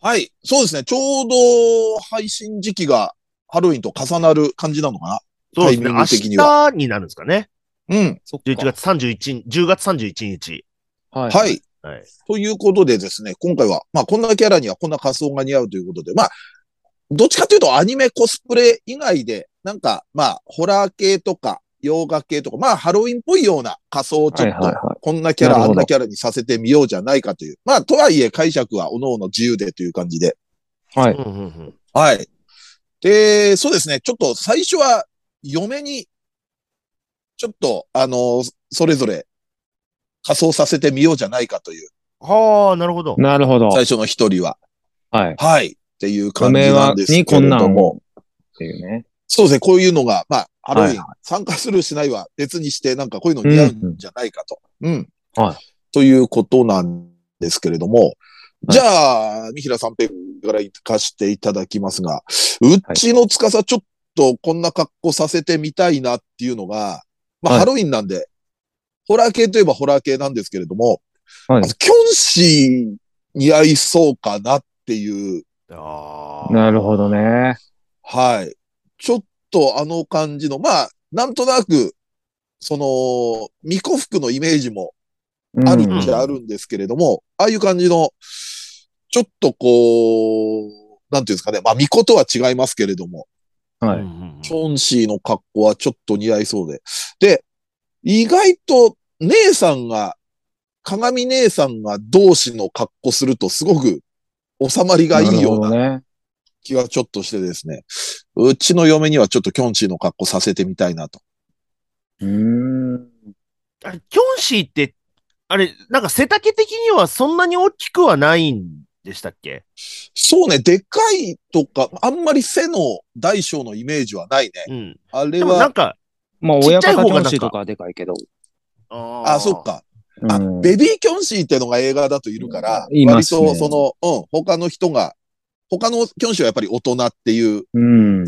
[SPEAKER 2] はい。そうですね。ちょうど配信時期がハロウィンと重なる感じなのか
[SPEAKER 4] そうですね。
[SPEAKER 2] タイミン
[SPEAKER 4] 明
[SPEAKER 2] グ的に
[SPEAKER 4] 日になるんですかね。
[SPEAKER 2] なうん。
[SPEAKER 5] そっか
[SPEAKER 4] 11。月31日、10月31日。
[SPEAKER 5] は。
[SPEAKER 2] はいい。
[SPEAKER 4] はい。
[SPEAKER 2] ということでですね、今回は、まあ、こんなキャラにはこんな仮装が似合うということで、まあ、どっちかというとアニメコスプレ以外で、なんか、まあ、ホラー系とか、洋画系とか、まあ、ハロウィンっぽいような仮装をちょっ
[SPEAKER 5] はい
[SPEAKER 2] と
[SPEAKER 5] はいは、
[SPEAKER 2] こんなキャ
[SPEAKER 5] な
[SPEAKER 2] ラ、
[SPEAKER 5] る
[SPEAKER 2] あ
[SPEAKER 5] ほど
[SPEAKER 2] んなキャラにさせてみようじゃないかという。まあ、とはいえ解釈は各々自由でという感じで、
[SPEAKER 5] は
[SPEAKER 4] う
[SPEAKER 5] い。
[SPEAKER 4] んうんうん
[SPEAKER 2] はい。で、そうですね。ちょっと最初は嫁に、ちょっと、あの、それぞれ仮装させてみようじゃないかという、
[SPEAKER 4] はあ、なるほど。
[SPEAKER 5] なるほど。
[SPEAKER 2] 最初の一人は。
[SPEAKER 5] はい。
[SPEAKER 2] はい。っていう
[SPEAKER 5] 不
[SPEAKER 2] 感じ
[SPEAKER 5] 明
[SPEAKER 2] な
[SPEAKER 5] は
[SPEAKER 2] んです
[SPEAKER 5] に
[SPEAKER 2] け
[SPEAKER 5] こ
[SPEAKER 2] れ
[SPEAKER 5] んな
[SPEAKER 2] ど
[SPEAKER 5] ん
[SPEAKER 2] も。
[SPEAKER 5] をっていうね。
[SPEAKER 2] そうですね。こういうのが、まあ、ハロウ
[SPEAKER 5] は
[SPEAKER 2] ィ
[SPEAKER 5] い
[SPEAKER 2] ン、参加するしないは別にして、なんかこういうの似合うんじゃないかと。うん。
[SPEAKER 5] はい。
[SPEAKER 2] ということなんですけれども、
[SPEAKER 5] い
[SPEAKER 2] じゃあ、三平三平から行かしていただきますが、うちの司ちょっとこんな格好させてみたいなっていうのが、まあ、
[SPEAKER 5] はい
[SPEAKER 2] ハロウィンなんで、ホラー系といえばホラー系なんですけれども、
[SPEAKER 5] はい
[SPEAKER 2] まずキョンシーに合いそうかなっていう、
[SPEAKER 4] あー
[SPEAKER 5] なるほどね。
[SPEAKER 2] はい。ちょっとあの感じの、まあ、なんとなく、その、巫女服のイメージも
[SPEAKER 5] うん
[SPEAKER 2] あるっちゃあるんですけれども、ああいう感じの、ちょっとこう、なんていうんですかね、まあ、巫女とは違いますけれども、
[SPEAKER 5] は
[SPEAKER 4] うんう
[SPEAKER 5] い。
[SPEAKER 4] んうん
[SPEAKER 2] チョンシーの格好はちょっと似合いそうで。で、意外と姉さんが、鏡姉さんが同士の格好するとすごく収まりがいいような
[SPEAKER 5] なる
[SPEAKER 2] 気はちょっとしてですね、うちの嫁にはちょっとキョンシーの格好させてみたいなと。
[SPEAKER 5] ほどね。うん。
[SPEAKER 4] あれキョンシーって、あれ、なんか背丈的にはそんなに大きくはないんでしたっけ
[SPEAKER 2] そうね、でかいとか、あんまり背の大小のイメージはないね。
[SPEAKER 4] うん。
[SPEAKER 2] あれ
[SPEAKER 4] でもな
[SPEAKER 2] は
[SPEAKER 4] ん、か、
[SPEAKER 5] まあ、
[SPEAKER 4] ちっ
[SPEAKER 5] 親
[SPEAKER 4] ちゃい方
[SPEAKER 5] 方
[SPEAKER 4] がなんか
[SPEAKER 5] 教師とかはでかいけど。
[SPEAKER 4] あ
[SPEAKER 2] あ、そっ。か。あ、
[SPEAKER 5] うん
[SPEAKER 2] ベビーキョンシーってのが映画だといるから、
[SPEAKER 5] いま
[SPEAKER 2] 割
[SPEAKER 5] すね
[SPEAKER 2] とその、うん、他の人が、他のキョンシーはやっぱり大人っていう、
[SPEAKER 5] うん。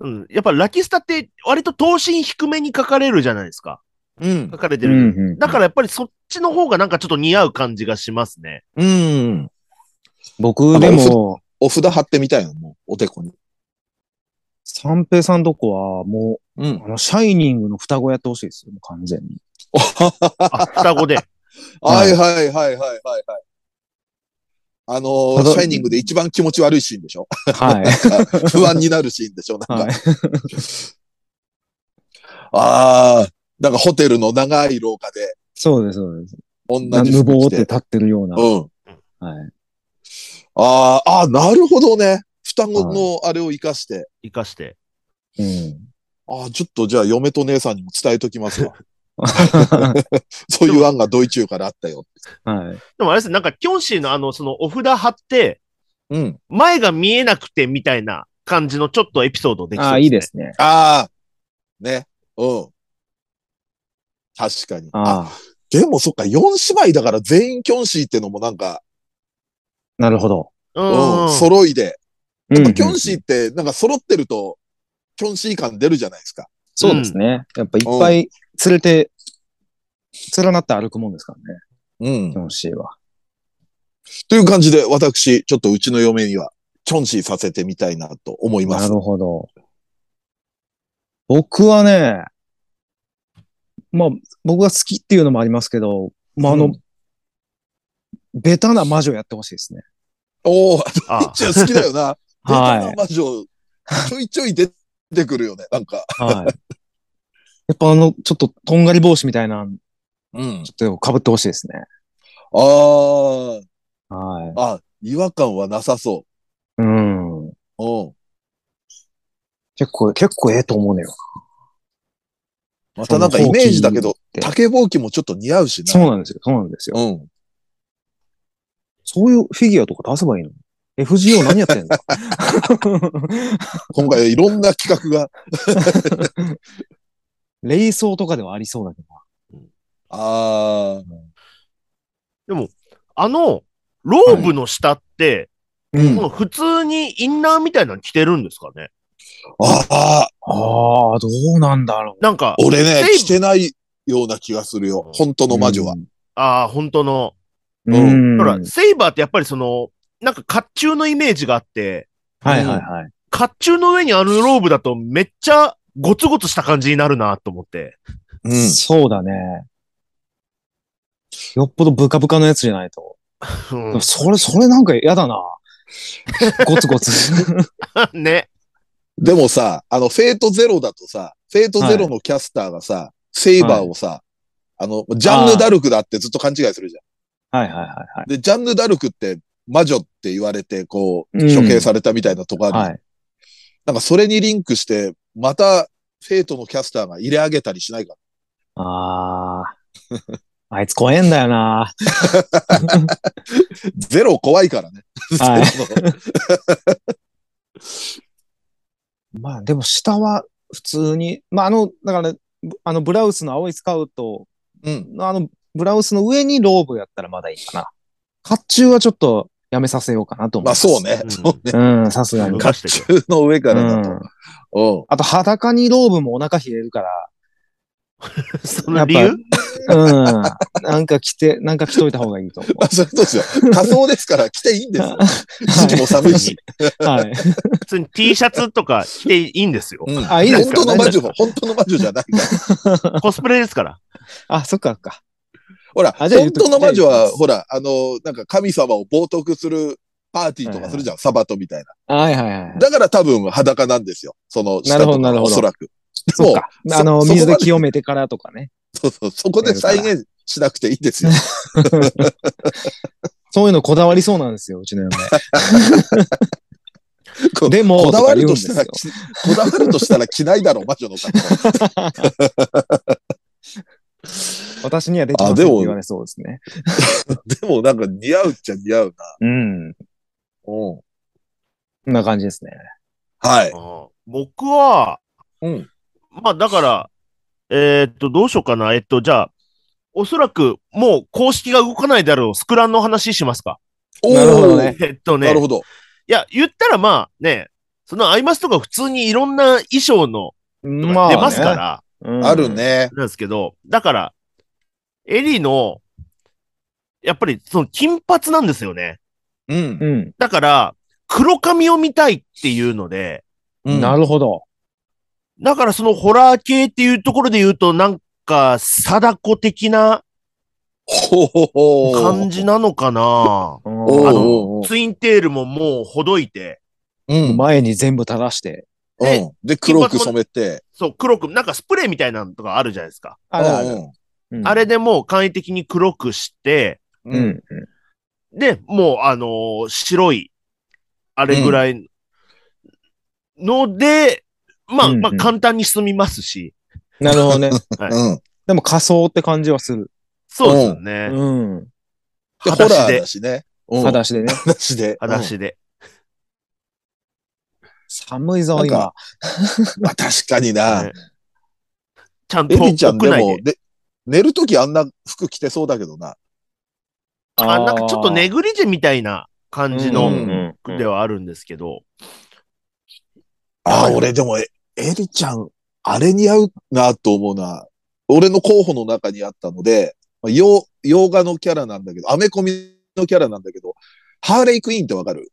[SPEAKER 4] うん。やっぱラキスタって割と頭身低めに書かれるじゃないですか。
[SPEAKER 2] うん
[SPEAKER 4] 書、かれて
[SPEAKER 5] う
[SPEAKER 4] る。
[SPEAKER 5] ん。
[SPEAKER 4] だからやっぱりそっちの方がなんかちょっと似合う感じがしますね。
[SPEAKER 2] うん、
[SPEAKER 5] 僕でも、
[SPEAKER 2] お札貼ってみたいの、もう、おでこに。
[SPEAKER 5] 三平さんとこはも
[SPEAKER 2] う
[SPEAKER 5] う、
[SPEAKER 2] ん。
[SPEAKER 5] あの、シャイニングの双子やってほしいですよ、もう完全
[SPEAKER 2] [laughs]
[SPEAKER 5] に。
[SPEAKER 4] あ、双子で。
[SPEAKER 2] はいはいはいはいはいはい。あのー
[SPEAKER 5] ただ
[SPEAKER 2] シャイニングで一番気持ち悪いシーンでしょ [laughs]
[SPEAKER 5] はい。
[SPEAKER 2] 不安になるシーンでしょなんか。
[SPEAKER 5] はい。
[SPEAKER 2] ああ、なんかホテルの長い廊下で、
[SPEAKER 5] そうです、そうです。
[SPEAKER 2] 同
[SPEAKER 5] な
[SPEAKER 2] じ
[SPEAKER 5] 無
[SPEAKER 2] 服着
[SPEAKER 5] 謀って
[SPEAKER 2] て。
[SPEAKER 5] 立ってるような。
[SPEAKER 2] うん。
[SPEAKER 5] はい。
[SPEAKER 2] ああ、ああ、なるほどね。双子のあれを活かして。
[SPEAKER 4] 生かして。
[SPEAKER 5] うん。
[SPEAKER 2] ああ、ちょっとじゃあ嫁と姉さんにも伝えときますわ。 [laughs] そういう案がドイツからあったよ。
[SPEAKER 5] はい。
[SPEAKER 4] でもあれですね、なんか、キョンシーのあの、その、お札貼って、
[SPEAKER 2] うん。
[SPEAKER 4] 前が見えなくてみたいな感じのちょっとエピソードできそう
[SPEAKER 5] ああ、いいですね。
[SPEAKER 2] ああ、ね。うん。確かに。あ
[SPEAKER 5] ああ、
[SPEAKER 2] でもそっか、4姉妹だから全員キョンシーってのもなんか、
[SPEAKER 5] なるほど。
[SPEAKER 4] う。
[SPEAKER 2] うんん、揃いで。
[SPEAKER 5] うん
[SPEAKER 2] キョンシーってなんか揃ってると、キョンシー感出るじゃないですか。
[SPEAKER 5] そうですね。やっぱいっぱい連れて、連なって歩くもんですからね。
[SPEAKER 2] うん
[SPEAKER 5] キ。ョンシーは。
[SPEAKER 2] という感じで私、ちょっとうちの嫁には、キョンシーさせてみたいなと思いま
[SPEAKER 5] な
[SPEAKER 2] す。
[SPEAKER 5] るほど。僕はね、まあ、僕が好きっていうのもありますけど、まあ、あの、
[SPEAKER 2] うん
[SPEAKER 5] ベタな魔女やってほしいですね。
[SPEAKER 2] おお、
[SPEAKER 4] ああ
[SPEAKER 2] ちゃ好きだよな。ベタな
[SPEAKER 5] [laughs] は
[SPEAKER 2] 魔女、ちょいちょい出てくるよね、なんか。
[SPEAKER 5] い。 [laughs] はい。やっぱあの、ちょっと、とんがり帽子みたいな、
[SPEAKER 2] うん。
[SPEAKER 5] ちょっと被ってほしいですね。
[SPEAKER 2] あ
[SPEAKER 5] はい。
[SPEAKER 2] あ、あ、違和感はなさそ
[SPEAKER 5] うん。
[SPEAKER 2] う。うん。
[SPEAKER 5] 結構、結構ええと思うのよ。
[SPEAKER 2] またなんか
[SPEAKER 5] その
[SPEAKER 2] イメージだけど
[SPEAKER 5] ほうきって、
[SPEAKER 2] 竹ぼうきもちょっと似合うしな。
[SPEAKER 5] そうなんですよ。そうなんですよ。
[SPEAKER 2] うん。
[SPEAKER 5] そういうフィギュアとか出せばいいの ?FGO 何やってんの [laughs]
[SPEAKER 2] 今回いろんな企画が。
[SPEAKER 5] 霊装とかではありそうだけど。
[SPEAKER 2] ああ、
[SPEAKER 4] あの、ローブの下って、
[SPEAKER 2] うん
[SPEAKER 4] この普通にインナーみたいなの着てるんですかね
[SPEAKER 2] ああ、
[SPEAKER 5] ああ、どうなんだろう。
[SPEAKER 4] なんか、
[SPEAKER 2] 俺ね
[SPEAKER 4] セイ、ブ
[SPEAKER 2] 着てないような気がするよ。本当の魔女は。
[SPEAKER 4] ああ、本当の。
[SPEAKER 5] うん。
[SPEAKER 2] う
[SPEAKER 5] うん
[SPEAKER 4] ほら、セイバーってやっぱりその、なんか甲冑のイメージがあって、
[SPEAKER 5] はいはいはい。
[SPEAKER 4] 甲冑の上にあるローブだとめっちゃゴツゴツした感じになるなと思って。
[SPEAKER 2] うん。
[SPEAKER 5] そうだね。よっぽどブカブカのやつじゃないと。
[SPEAKER 4] うん
[SPEAKER 5] でもそれ、それなんか嫌だな。ゴツ [laughs] ゴツ。
[SPEAKER 4] [laughs] ね。
[SPEAKER 2] でもさ、あの、フェイトゼロだとさ、フェイトゼロのキャスターがさ、セイバーをさ、あの、ジャンヌ・ダルクだってずっと勘違いするじゃん。
[SPEAKER 5] はいはいはい
[SPEAKER 2] で、ジャンヌ・ダルクって魔女って言われて、こう、
[SPEAKER 5] うん
[SPEAKER 2] 処刑されたみたいなとこある、
[SPEAKER 5] はい。はい。
[SPEAKER 2] なんかそれにリンクして、また、フェイトのキャスターが入れ上げたりしないか。
[SPEAKER 5] ああ。あいつ怖えんだよな。
[SPEAKER 2] ゼロ怖いからね。
[SPEAKER 5] は
[SPEAKER 2] [laughs]
[SPEAKER 5] い
[SPEAKER 2] ゼロの
[SPEAKER 5] まあでも下は普通に、まああの、だからね、ぶあのブラウスの青いスカウト
[SPEAKER 2] うん。
[SPEAKER 5] のあのブラウスの上にローブやったらまだいいかな。甲冑はちょっとやめさせようかなと思い
[SPEAKER 2] まあ
[SPEAKER 5] ます。
[SPEAKER 2] そうね。
[SPEAKER 4] うん
[SPEAKER 2] そうね。
[SPEAKER 5] うん、さすがに
[SPEAKER 4] 動。
[SPEAKER 2] 甲
[SPEAKER 4] かしてく
[SPEAKER 2] 冑の上からだ
[SPEAKER 5] う
[SPEAKER 2] と
[SPEAKER 5] ん。
[SPEAKER 2] うん。
[SPEAKER 5] あと裸にローブもお腹冷えるから、
[SPEAKER 2] [laughs]
[SPEAKER 4] その理由
[SPEAKER 5] うん。なんか着て、なんか着といた方がいいと思
[SPEAKER 2] まあ、それそうですよ。仮装ですから着ていいんですよ。時期も寒いし。
[SPEAKER 5] う。はい。
[SPEAKER 4] 普通に T シャツとか着ていいんですよ。
[SPEAKER 2] うん
[SPEAKER 5] あいいです
[SPEAKER 2] 本
[SPEAKER 5] か
[SPEAKER 2] 当の魔女
[SPEAKER 5] 大丈夫
[SPEAKER 2] は、本当の魔女じゃない [laughs] から。
[SPEAKER 4] コスプレですから。
[SPEAKER 5] あ、そっかそっか。
[SPEAKER 2] ほら、
[SPEAKER 5] あじゃあ
[SPEAKER 2] 本
[SPEAKER 5] 言うと
[SPEAKER 2] 当の魔女
[SPEAKER 5] じゃあ言
[SPEAKER 2] は、
[SPEAKER 5] うと
[SPEAKER 2] ほら、あの、なんか神様を冒涜するパーティーとかするじゃん。サバトみたいな。
[SPEAKER 5] はいはいはい。
[SPEAKER 2] だから多分裸なんですよ。その下とか、
[SPEAKER 5] なるほどなるほ
[SPEAKER 2] お
[SPEAKER 5] ど
[SPEAKER 2] そらく。
[SPEAKER 5] そっか。
[SPEAKER 2] もう
[SPEAKER 5] あの、
[SPEAKER 2] そそこまで
[SPEAKER 5] 水で清めてからとかね。
[SPEAKER 2] そうそう。そこで再現しなくていいです
[SPEAKER 5] [laughs]
[SPEAKER 2] よ。
[SPEAKER 5] そういうのこだわりそうなんですよ、うちの嫁。
[SPEAKER 2] こ
[SPEAKER 5] でも、
[SPEAKER 2] こだわるとし
[SPEAKER 5] と
[SPEAKER 2] た、
[SPEAKER 5] から言
[SPEAKER 2] きこだわるとしたら着ないだろう、魔女の格好。
[SPEAKER 5] うんですよ私にはできませんって
[SPEAKER 2] あでも
[SPEAKER 5] 言われそうですね。
[SPEAKER 2] [laughs] でもなんか似合うっちゃ似合うな。
[SPEAKER 5] うん。
[SPEAKER 2] うん。
[SPEAKER 5] こんな感じですね。
[SPEAKER 2] はい。
[SPEAKER 4] うん僕は、
[SPEAKER 2] うん
[SPEAKER 4] まあだから、えーっと、どうしようかな。えっと、じゃあ、おそらくもう公式が動かないであろうスクランの話しますか。
[SPEAKER 2] おー
[SPEAKER 5] なるほどね
[SPEAKER 4] えっとね
[SPEAKER 2] なる、ほど。
[SPEAKER 4] いや、言ったらまあね、そのアイマスとか普通にいろんな衣装の
[SPEAKER 5] ま
[SPEAKER 4] 出ますから、
[SPEAKER 5] うん
[SPEAKER 2] ある。ね。
[SPEAKER 4] なんですけど、だから、エリーの、やっぱりその金髪なんですよね。
[SPEAKER 2] うん
[SPEAKER 5] う。ん。
[SPEAKER 4] だから、黒髪を見たいっていうので、
[SPEAKER 2] うん
[SPEAKER 5] なるほど。
[SPEAKER 4] だからそのホラー系っていうところで言うと、なんか、貞子的な
[SPEAKER 2] ほほほ
[SPEAKER 4] 感じなのかな
[SPEAKER 5] う
[SPEAKER 2] おー
[SPEAKER 5] ん
[SPEAKER 2] おーおー
[SPEAKER 4] ツインテールももうほどいて、
[SPEAKER 2] うん。
[SPEAKER 5] 前に全部垂らして。
[SPEAKER 4] で
[SPEAKER 2] うん。で、黒く染めて。
[SPEAKER 4] そう、黒く、なんかスプレーみたいなのとかあるじゃないですか。
[SPEAKER 5] あるあ
[SPEAKER 2] う
[SPEAKER 5] る。
[SPEAKER 2] んうん
[SPEAKER 5] うん
[SPEAKER 4] あれでもう簡易的に黒くして、
[SPEAKER 5] う
[SPEAKER 2] うん
[SPEAKER 5] ん。
[SPEAKER 4] で、もうあのー白い、あれぐらいので、まあ、
[SPEAKER 5] うんうん
[SPEAKER 4] まあ簡単に済みますし、
[SPEAKER 5] なるほどね。
[SPEAKER 4] は
[SPEAKER 2] うん。
[SPEAKER 5] [laughs] でも仮想って感じはする。
[SPEAKER 4] そうですよ
[SPEAKER 5] う
[SPEAKER 4] ね。
[SPEAKER 5] ん。
[SPEAKER 2] で、ホ
[SPEAKER 4] 裸
[SPEAKER 2] ラ
[SPEAKER 4] 足で
[SPEAKER 2] ーだしね。うん
[SPEAKER 5] 裸足でね。
[SPEAKER 2] 裸足で。
[SPEAKER 4] 裸
[SPEAKER 2] うん
[SPEAKER 4] 足で。
[SPEAKER 5] 寒いぞ
[SPEAKER 2] な、ん
[SPEAKER 5] 今
[SPEAKER 2] か。 [laughs] まあ確かにな
[SPEAKER 4] [laughs] ね。ちゃんと
[SPEAKER 2] エビちゃん
[SPEAKER 4] 屋
[SPEAKER 2] で
[SPEAKER 4] 内
[SPEAKER 2] も
[SPEAKER 4] で。、
[SPEAKER 2] で、寝るときあんな服着てそうだけどな。
[SPEAKER 4] あ、なんかちょっとネ
[SPEAKER 5] グ
[SPEAKER 4] グリジェみたいな感じ
[SPEAKER 2] う
[SPEAKER 4] の
[SPEAKER 2] ん
[SPEAKER 4] ではあるんですけど、
[SPEAKER 2] ああ、
[SPEAKER 4] はい
[SPEAKER 2] 俺でも、えエリちゃん、あれ似合うなと思うな。俺の候補の中にあったので、まあ洋、洋画のキャラなんだけど、アメコミのキャラなんだけど、ハーレイクイーンってわかる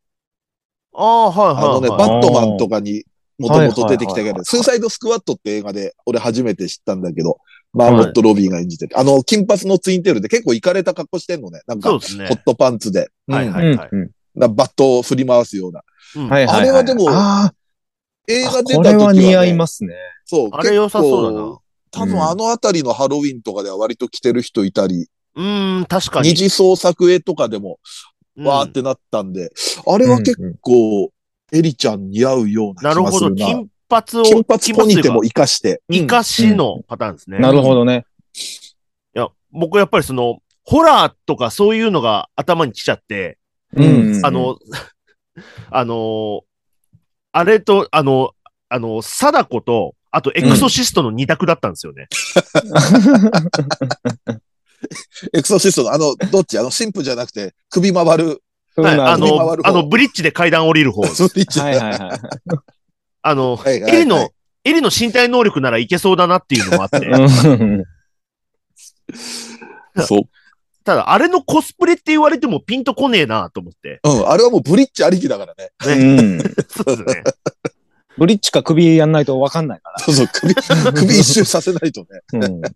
[SPEAKER 4] ああ、はい
[SPEAKER 2] あの
[SPEAKER 4] はい、
[SPEAKER 2] ね、
[SPEAKER 4] はい。
[SPEAKER 2] バットマンとかにもともと出てきた
[SPEAKER 5] は
[SPEAKER 2] キ
[SPEAKER 5] いはいはい
[SPEAKER 2] ャ
[SPEAKER 5] は
[SPEAKER 2] ラ
[SPEAKER 5] い
[SPEAKER 2] スーサイドスクワットって映画で俺初めて知ったんだけど、マ
[SPEAKER 4] い
[SPEAKER 2] ーゴット・ロビーが演じてて、あの、金髪のツインテールで結構イカれた格好してんのね。なんか、
[SPEAKER 4] そう
[SPEAKER 2] ホ
[SPEAKER 4] ですね。
[SPEAKER 2] ットパンツで。
[SPEAKER 4] はいは
[SPEAKER 2] うん
[SPEAKER 4] いはい。
[SPEAKER 5] うん
[SPEAKER 2] なバットを振り回すような。
[SPEAKER 4] うん
[SPEAKER 5] はいはいい。
[SPEAKER 2] あれはでも
[SPEAKER 5] あ
[SPEAKER 2] 映
[SPEAKER 5] ー
[SPEAKER 2] 画出た時
[SPEAKER 5] こ
[SPEAKER 2] は、ね、
[SPEAKER 5] れは似合いますね。
[SPEAKER 2] そう。
[SPEAKER 4] あれ良さそうだな。
[SPEAKER 2] 多分あのあたりのハロウィンとかでは割と着てる人いたり、
[SPEAKER 4] うーん、確かに。
[SPEAKER 2] 二次創作絵とかでも
[SPEAKER 4] うん
[SPEAKER 2] わーってなったんで、あれは結構、エリちゃん似合うような
[SPEAKER 4] な
[SPEAKER 2] 気
[SPEAKER 4] る
[SPEAKER 2] が
[SPEAKER 4] ほ
[SPEAKER 2] す
[SPEAKER 4] ど。
[SPEAKER 2] るな。
[SPEAKER 4] 金髪を、
[SPEAKER 2] 金髪ポニテも
[SPEAKER 4] 生
[SPEAKER 2] 活かして。
[SPEAKER 4] かしのパターンですね。
[SPEAKER 5] なるほ
[SPEAKER 4] ど。
[SPEAKER 5] ど
[SPEAKER 4] い
[SPEAKER 5] ね。
[SPEAKER 4] や、僕やっぱりその、ホラーとかそういうのが頭に来ちゃって、
[SPEAKER 5] うん。
[SPEAKER 4] あ、の、 [laughs] あの、あれと、あの、あの、貞子と、あとエクソシストの二択だったんですよね。
[SPEAKER 2] エクソシストの、あの、どっちあの、神父じゃなくて、首回る。
[SPEAKER 5] [laughs] そう
[SPEAKER 4] はい、
[SPEAKER 5] な
[SPEAKER 4] あ
[SPEAKER 5] んです
[SPEAKER 2] 首回
[SPEAKER 4] の
[SPEAKER 2] る、方
[SPEAKER 4] あの、ブリッジで階段降りる方。
[SPEAKER 5] はいはいはい。
[SPEAKER 4] あの、
[SPEAKER 2] はいはいはい
[SPEAKER 4] エリの、エリの身体能力ならいけそうだなっていうのもあ
[SPEAKER 2] [laughs]
[SPEAKER 4] って。
[SPEAKER 5] [laughs] うん
[SPEAKER 2] そう。
[SPEAKER 4] ただ、あれのコスプレって言われてもピンとこねえなと思って。
[SPEAKER 2] うん。あれはもうブリッジありきだからね。
[SPEAKER 5] うん
[SPEAKER 4] そうですね。
[SPEAKER 5] ブリッジか首やんないとわかんないか
[SPEAKER 2] そうそう、首、首一周させないとね。
[SPEAKER 5] ら。うん
[SPEAKER 2] だ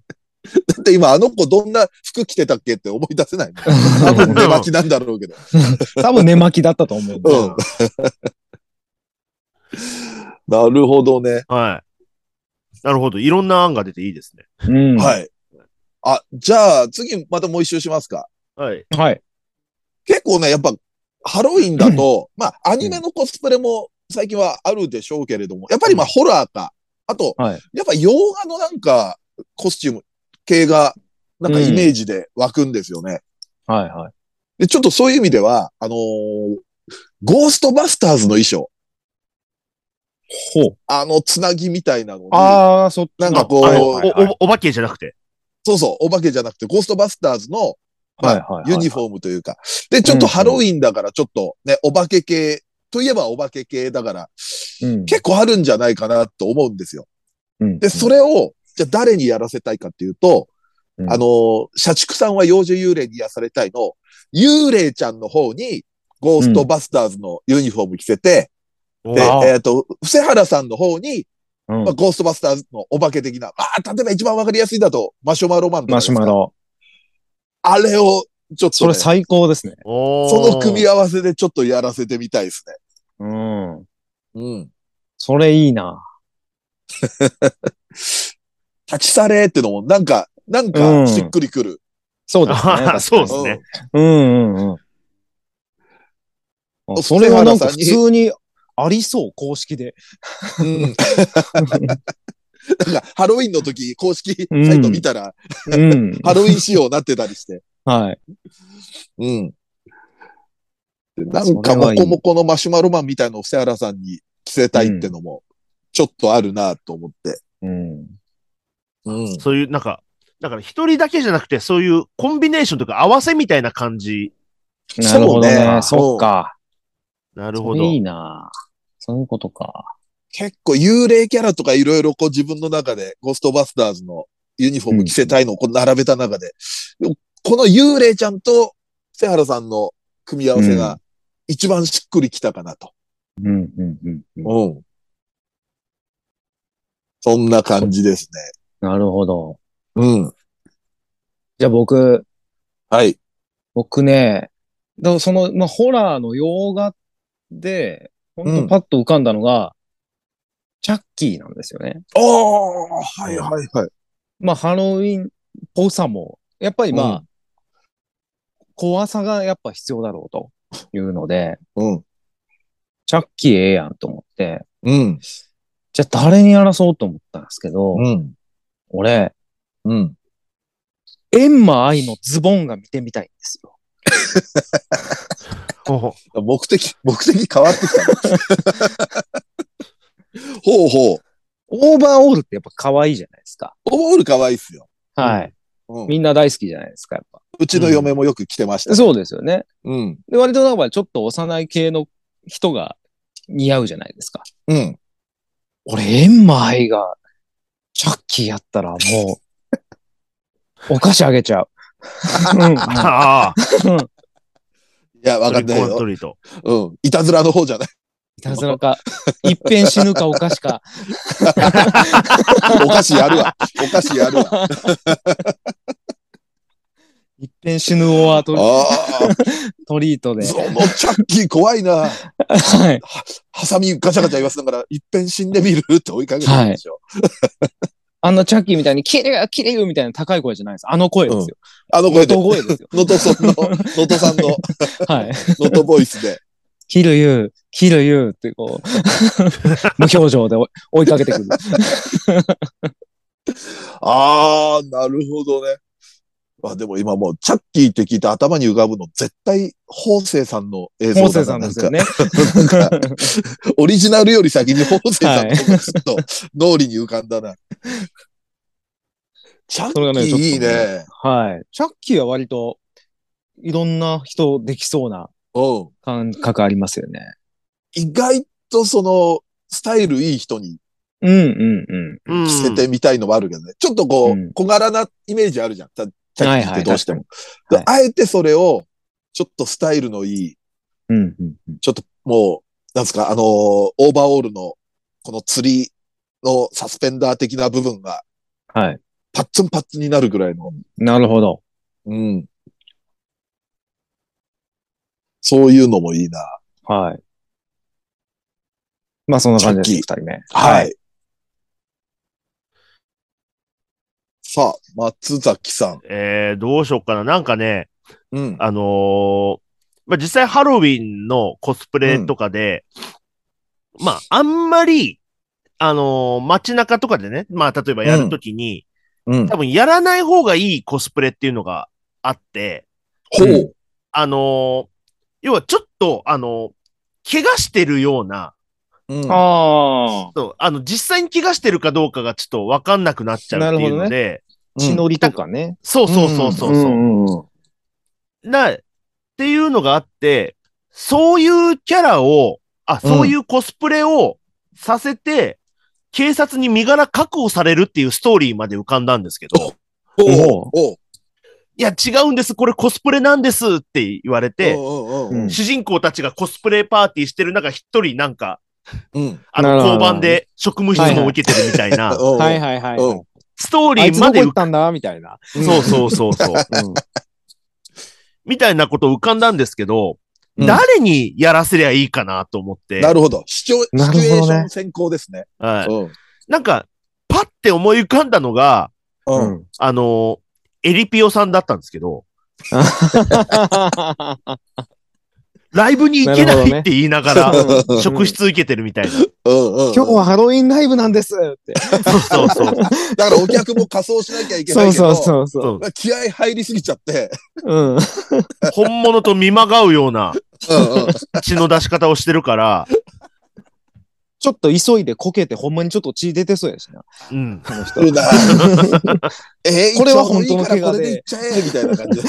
[SPEAKER 2] って今あの子どんな服着てたっけって思い出せない、ね。多分寝巻きなんだろうけど。
[SPEAKER 5] 多分寝巻きだったと思うんだよ
[SPEAKER 2] うん。なるほどね。
[SPEAKER 4] はい。なるほど。いろんな案が出ていいですね。
[SPEAKER 5] うん。は
[SPEAKER 2] はい。あ、じゃあ、次またもう一周しますか。
[SPEAKER 4] はい。
[SPEAKER 5] い。
[SPEAKER 2] 結構ね、やっぱ、ハロウィンだと、まあ、アニメのコスプレも最近はあるでしょうけれども、やっぱりまあ、ホラーか。あと、
[SPEAKER 5] はい
[SPEAKER 2] やっぱ洋画のなんか、コスチューム系が、なんかイメージで湧くんですよね。
[SPEAKER 5] はいはい。
[SPEAKER 2] で、ちょっとそういう意味では、あのーゴーストバスターズの衣装、
[SPEAKER 5] ほう。
[SPEAKER 2] あの、つなぎみたいなのに、
[SPEAKER 5] ああ、そっち
[SPEAKER 2] なんかこう、
[SPEAKER 4] あの
[SPEAKER 5] はいはい
[SPEAKER 4] おおお化けじゃなくて。
[SPEAKER 2] そうそう、お化けじゃなくて、ゴーストバスターズの、まあ
[SPEAKER 5] はいはいはい
[SPEAKER 2] ユニフォームというか。で、ちょっとハロウィンだから、ちょっとね、お化け系、といえばお化け系だから、
[SPEAKER 5] うん
[SPEAKER 2] 結構あるんじゃないかなと思うんですよ。
[SPEAKER 5] うん
[SPEAKER 2] で、それを、じゃあ誰にやらせたいかっていうと、
[SPEAKER 5] うん
[SPEAKER 2] あの、社畜さんは幼女幽霊に癒されたいの、幽霊ちゃんの方に、ゴーストバスターズのユニフォーム着せて、で、
[SPEAKER 4] あ
[SPEAKER 2] えっ、と、布施原さんの方に、
[SPEAKER 5] うん
[SPEAKER 2] まあ、ゴーストバスターズのお化け的な、まあ、例えば一番わかりやすいだと、マシュマロマンとか
[SPEAKER 5] マ
[SPEAKER 2] です
[SPEAKER 5] シ
[SPEAKER 2] か
[SPEAKER 5] ュマロ。
[SPEAKER 2] あれを、ちょっと
[SPEAKER 5] そ
[SPEAKER 2] ね、
[SPEAKER 5] れ最高ですね。
[SPEAKER 4] お
[SPEAKER 2] その組み
[SPEAKER 4] 合。
[SPEAKER 2] 合わせでちょっとやらせてみたいですね。
[SPEAKER 5] うん。
[SPEAKER 2] うん。
[SPEAKER 5] それいいな。
[SPEAKER 2] 立ち去れってのも、なんか、なん
[SPEAKER 5] う
[SPEAKER 2] か、
[SPEAKER 5] ん
[SPEAKER 2] しっくりくる。
[SPEAKER 5] そうですね
[SPEAKER 4] そう
[SPEAKER 5] 確
[SPEAKER 4] です
[SPEAKER 5] かに
[SPEAKER 4] ね。
[SPEAKER 5] うんうんうんあ。それはなんか普通にありそう、公式で。 [laughs]
[SPEAKER 2] うん。なんか、ハロウィンの時、公式サイト見たら、
[SPEAKER 5] うん。
[SPEAKER 2] [laughs] ハロウィン仕様になってたりして。
[SPEAKER 5] はい。
[SPEAKER 2] うん。でなんか、
[SPEAKER 5] それ
[SPEAKER 2] モ
[SPEAKER 5] はいい
[SPEAKER 2] コモコのマシュマロマンみたいのをセアラさんに着せたいってのも、ちょっとあるなと思って。
[SPEAKER 5] うん。
[SPEAKER 2] うん。
[SPEAKER 4] そういう、なんか、だから一人だけじゃなくて、そういうコンビネーションとか合わせみたいな感じ。
[SPEAKER 5] なるほど
[SPEAKER 2] そう
[SPEAKER 5] ね
[SPEAKER 2] ね。
[SPEAKER 5] そっか。
[SPEAKER 4] なる
[SPEAKER 5] そ
[SPEAKER 4] ほ
[SPEAKER 5] れ
[SPEAKER 4] ど。
[SPEAKER 5] いいな。そういうことか。
[SPEAKER 2] 結構幽霊キャラとかいろいろこう自分の中でゴーストバスターズのユニフォーム着せたいのをこう並べた中で、でもこの幽霊ちゃんと瀬原さんの組み合わせ
[SPEAKER 5] う
[SPEAKER 2] が一番しっくりきたかなと。
[SPEAKER 5] うんうんうんうん。
[SPEAKER 2] うん。そんな感じです
[SPEAKER 5] なるほど。
[SPEAKER 2] ね。うん。
[SPEAKER 5] じゃあ僕、
[SPEAKER 2] はい。
[SPEAKER 5] 僕ね、だからその、まあ、ホラーの洋画で、本
[SPEAKER 2] うん
[SPEAKER 5] 当パッと浮かんだのが、チャッキーなんですよね。
[SPEAKER 2] ああ、はいはいはい。
[SPEAKER 5] まあ、ハロウィンっぽさも、やっぱりまあ、
[SPEAKER 2] う
[SPEAKER 5] 怖さがやっぱ必要だろうというので、
[SPEAKER 2] うん。
[SPEAKER 5] チャッキーええやんと思って、
[SPEAKER 2] うん。
[SPEAKER 5] じゃあ誰にやらそうと思ったんですけど、
[SPEAKER 2] うん。
[SPEAKER 5] 俺、
[SPEAKER 2] うん。
[SPEAKER 5] エンマ愛のズボンが見てみたいんですよ。
[SPEAKER 2] [laughs]
[SPEAKER 4] ほうほう
[SPEAKER 2] 目的、目的変わってきたね。ほうほう。
[SPEAKER 5] オーバーオールってやっぱ可愛いじゃないですか。
[SPEAKER 2] オーバーオール可愛いっすよ。
[SPEAKER 5] はい。
[SPEAKER 2] うん
[SPEAKER 5] みんな大好きじゃないですか、やっぱ。
[SPEAKER 2] うちの嫁もよく着てました。
[SPEAKER 5] そうですよね。
[SPEAKER 2] うん。
[SPEAKER 5] で、割とだからちょっと幼い系の人が似合うじゃないですか。
[SPEAKER 2] うん。
[SPEAKER 5] 俺、エンマ愛が、チャッキーやったらもう、お菓子あげ
[SPEAKER 2] [laughs]
[SPEAKER 5] ちゃう。うん
[SPEAKER 4] ああ、
[SPEAKER 2] いや、わ
[SPEAKER 4] ト
[SPEAKER 2] か
[SPEAKER 4] リ
[SPEAKER 2] ん
[SPEAKER 4] ッ
[SPEAKER 2] ない
[SPEAKER 4] クオント
[SPEAKER 2] よ。
[SPEAKER 4] リート。
[SPEAKER 2] うん。いたずらの方じゃない。 [laughs]
[SPEAKER 5] いたずらか、一遍死ぬかお菓子か。
[SPEAKER 2] お菓子やるわ。お菓子やる [laughs] わ。
[SPEAKER 5] 一遍死ぬオアトリ
[SPEAKER 2] あ
[SPEAKER 5] トリート
[SPEAKER 2] あ、
[SPEAKER 5] で。
[SPEAKER 2] そのチャッキー怖いな。
[SPEAKER 5] はい。
[SPEAKER 2] ハサミガチャガチャ言わせながら、一遍死んでみるって追いかけてるんでしょ。
[SPEAKER 5] あのチャッキーみたいに、キレがキレよみたいな高い声じゃないです。あの声ですよ。
[SPEAKER 2] あの声で。能
[SPEAKER 5] 音声ですよ。
[SPEAKER 2] 登さんの、能登さんの、
[SPEAKER 5] はい。
[SPEAKER 2] 能登ボイスで。
[SPEAKER 5] キルユー、キルユーってこう、 [laughs] 無表情で追い追いかけてくる。
[SPEAKER 2] ああ、なるほどね。あでも今もう、チャッキーって聞いて頭に浮かぶの、絶対、法政さんの映像だな
[SPEAKER 5] 法政さんですよね。
[SPEAKER 2] なんか、なんかオリジナルより先に法政さんの方がちょっと脳裏に浮かんだな。チャッ
[SPEAKER 5] [laughs] それがね
[SPEAKER 2] キーいい
[SPEAKER 5] ちょっ
[SPEAKER 2] ね。
[SPEAKER 5] はい。チャッキーは割と、いろんな人できそうな
[SPEAKER 2] うん。
[SPEAKER 5] 感覚ありますよね。
[SPEAKER 2] 意外とその、スタイルいい人に
[SPEAKER 5] うんうんうん。
[SPEAKER 4] うん
[SPEAKER 2] 着せてみたいのもあるけどね。ちょっとこ
[SPEAKER 5] う
[SPEAKER 2] う、
[SPEAKER 5] ん
[SPEAKER 2] 小柄なイメージあるじゃん。たチャッキーってどうしても。
[SPEAKER 5] はいはい確
[SPEAKER 2] あえてそれを、ちょっとスタイルのいい、
[SPEAKER 5] うんうんうん。
[SPEAKER 2] ちょっともう、なんですか、あのーオーバーオールの、この釣りのサスペンダー的な部分が、
[SPEAKER 5] はい。
[SPEAKER 2] パッツンパッツンになるぐらいの、
[SPEAKER 5] なるほど。
[SPEAKER 2] うん。そういうのもいいな。
[SPEAKER 5] はい。まあそんな感じです、二
[SPEAKER 2] チ
[SPEAKER 5] 人目。
[SPEAKER 2] はい。。さあ、松崎さん。
[SPEAKER 4] えー、どうしよっかな。なんかね、
[SPEAKER 2] うん。
[SPEAKER 4] あのーまあ、実際ハロウィンのコスプレとかで、まあ、あんまり、あのー街中とかでね、まあ、例えばやるときに、
[SPEAKER 2] うん。
[SPEAKER 4] 多分やらない方がいいコスプレっていうのがあって、
[SPEAKER 2] ほ
[SPEAKER 5] う
[SPEAKER 2] う。
[SPEAKER 4] あのー要はちょっと、あのー怪我してるような、
[SPEAKER 2] うん
[SPEAKER 5] あ
[SPEAKER 4] そうあの、実際に怪我してるかどうかがちょっとわかんなくなっちゃうってい
[SPEAKER 5] な
[SPEAKER 4] う
[SPEAKER 5] る
[SPEAKER 4] の
[SPEAKER 5] ほど
[SPEAKER 4] で、
[SPEAKER 5] あ。血のりとかね。
[SPEAKER 4] そうそうそうそうそう。
[SPEAKER 5] んうんうん
[SPEAKER 4] な、っていうのがあって、そういうキャラを、あ、そういうコスプレをさせて、警察に身柄確保されるっていうストーリーまで浮かんだんですけど、
[SPEAKER 2] ほう。ほ
[SPEAKER 5] ほ
[SPEAKER 2] う。
[SPEAKER 4] いや、違うんです、これコスプレなんですって言われて、
[SPEAKER 2] うんうん
[SPEAKER 5] うん
[SPEAKER 4] 主人公たちがコスプレパーティーしてる中、一人なんか、
[SPEAKER 2] うんうん。
[SPEAKER 4] あ
[SPEAKER 5] な
[SPEAKER 4] の、
[SPEAKER 5] るほど
[SPEAKER 4] 交番で職務質問を受けてるみたいな、
[SPEAKER 2] うん
[SPEAKER 5] はいはいはい。
[SPEAKER 2] うん
[SPEAKER 4] ストー
[SPEAKER 5] あ
[SPEAKER 4] リ
[SPEAKER 5] い
[SPEAKER 4] ー
[SPEAKER 5] つ
[SPEAKER 4] ま
[SPEAKER 5] どこ
[SPEAKER 4] で
[SPEAKER 5] 行
[SPEAKER 4] 浮
[SPEAKER 5] っ
[SPEAKER 4] か
[SPEAKER 5] たんだみたいな。
[SPEAKER 4] ん、そうそうそうそう、
[SPEAKER 5] うん
[SPEAKER 4] みたいなことを浮かんだんですけど、
[SPEAKER 2] うん
[SPEAKER 4] 誰にやらせりゃいいかなと思って、
[SPEAKER 2] なるほど。シチュエ
[SPEAKER 5] な
[SPEAKER 2] シ
[SPEAKER 5] る
[SPEAKER 2] チ
[SPEAKER 5] ほ
[SPEAKER 2] ュ
[SPEAKER 5] どね
[SPEAKER 2] エーション先行ですね。
[SPEAKER 4] はい
[SPEAKER 2] うん。
[SPEAKER 4] なんか、パって思い浮かんだのが、
[SPEAKER 2] う。
[SPEAKER 5] うんん。
[SPEAKER 4] あの、エリピオさんだったんですけど、ライブに行け
[SPEAKER 5] なる
[SPEAKER 4] な
[SPEAKER 5] ほど
[SPEAKER 4] い
[SPEAKER 5] ね
[SPEAKER 4] って言いながら、
[SPEAKER 2] うん
[SPEAKER 4] 職質受けてるみたいな。
[SPEAKER 2] うんうん。
[SPEAKER 5] [laughs] 今日はハロウィンライブなんですって。
[SPEAKER 4] そうそうそう。
[SPEAKER 2] だからお客も仮装しなきゃいけな
[SPEAKER 5] そ
[SPEAKER 2] いうけど。
[SPEAKER 5] そうそうそう。
[SPEAKER 2] 気合入りすぎちゃって。
[SPEAKER 5] うん。
[SPEAKER 4] 本物と見まがうような
[SPEAKER 2] うんうん。
[SPEAKER 4] 血の出し方をしてるから、
[SPEAKER 5] ちょっと急いでこけて、ほんまにちょっと血出てそうやしな。
[SPEAKER 4] うん。
[SPEAKER 5] この人
[SPEAKER 2] 来。るな [laughs] えー、
[SPEAKER 5] これは
[SPEAKER 2] 一応もういい
[SPEAKER 5] 本当の
[SPEAKER 2] から
[SPEAKER 5] 怪我
[SPEAKER 2] これでいっちゃえみたいな感 [laughs] じで。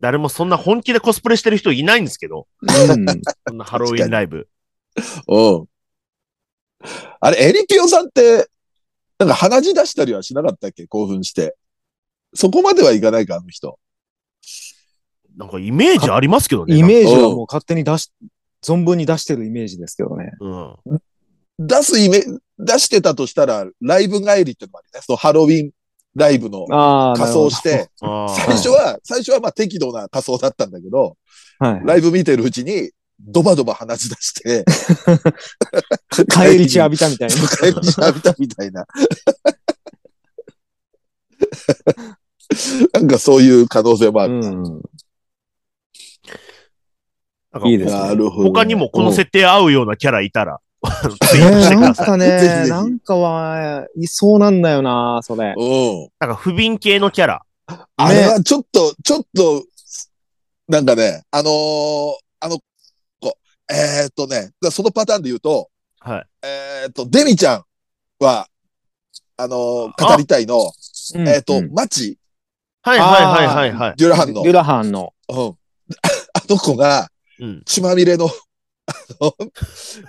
[SPEAKER 4] 誰もそんな本気でコスプレしてる人いないんですけど、
[SPEAKER 5] うん
[SPEAKER 4] そんなハロウィンライブ。
[SPEAKER 2] うん。あれ、エリピオさんって、なんか鼻血出したりはしなかったっけ興奮して。そこまではいかないか、あの人。
[SPEAKER 4] なんかイメージありますけどね。
[SPEAKER 5] イメージはもう勝手に出し、存分に出してるイメージですけどね。
[SPEAKER 4] うん。
[SPEAKER 2] 出すイメ、出してたとしたら、ライブ帰りってのもあるね。そのハロウィンライブの
[SPEAKER 5] ああ、
[SPEAKER 2] 仮装して、
[SPEAKER 4] あ
[SPEAKER 2] 最初は、最初はまあ適度な仮装だったんだけど、
[SPEAKER 5] なるほど。は
[SPEAKER 2] ラ
[SPEAKER 5] い。
[SPEAKER 2] イブ見てるうちに、ドバドバ鼻血出して、
[SPEAKER 5] [laughs] 帰り血浴びたみ [laughs] たいな。
[SPEAKER 2] 帰り血浴びたみたいな。 [laughs] なんかそういう可能性もある。
[SPEAKER 5] うん。
[SPEAKER 4] なんか
[SPEAKER 5] いいですね
[SPEAKER 2] なるほど。
[SPEAKER 4] 他にもこの設定合うようなキャラいたら、ツ
[SPEAKER 5] え
[SPEAKER 4] イートし
[SPEAKER 5] ー、
[SPEAKER 4] て
[SPEAKER 5] な
[SPEAKER 4] くだ
[SPEAKER 5] ん
[SPEAKER 4] さい。
[SPEAKER 5] か
[SPEAKER 2] ぜひぜ
[SPEAKER 5] ね、
[SPEAKER 2] ひ
[SPEAKER 5] なんかは、いそうなんだよな、それ。
[SPEAKER 2] うん。
[SPEAKER 4] なんか不憫系のキャラ。
[SPEAKER 2] あれはちょっと、ちょっと、なんかね、あのーあの子、えー、っとね、だからそのパターンで言うと、
[SPEAKER 4] はい。
[SPEAKER 2] えー、っと、デミちゃんは、あのー語りたいの、えー、っと、マチ、
[SPEAKER 4] はいはいはいはいはい。
[SPEAKER 2] デュラハンの、う
[SPEAKER 5] デュ
[SPEAKER 2] ん。 [laughs]
[SPEAKER 5] ラハン [laughs] の。
[SPEAKER 2] あの子が、
[SPEAKER 4] うん。
[SPEAKER 2] 血まみれの、あの、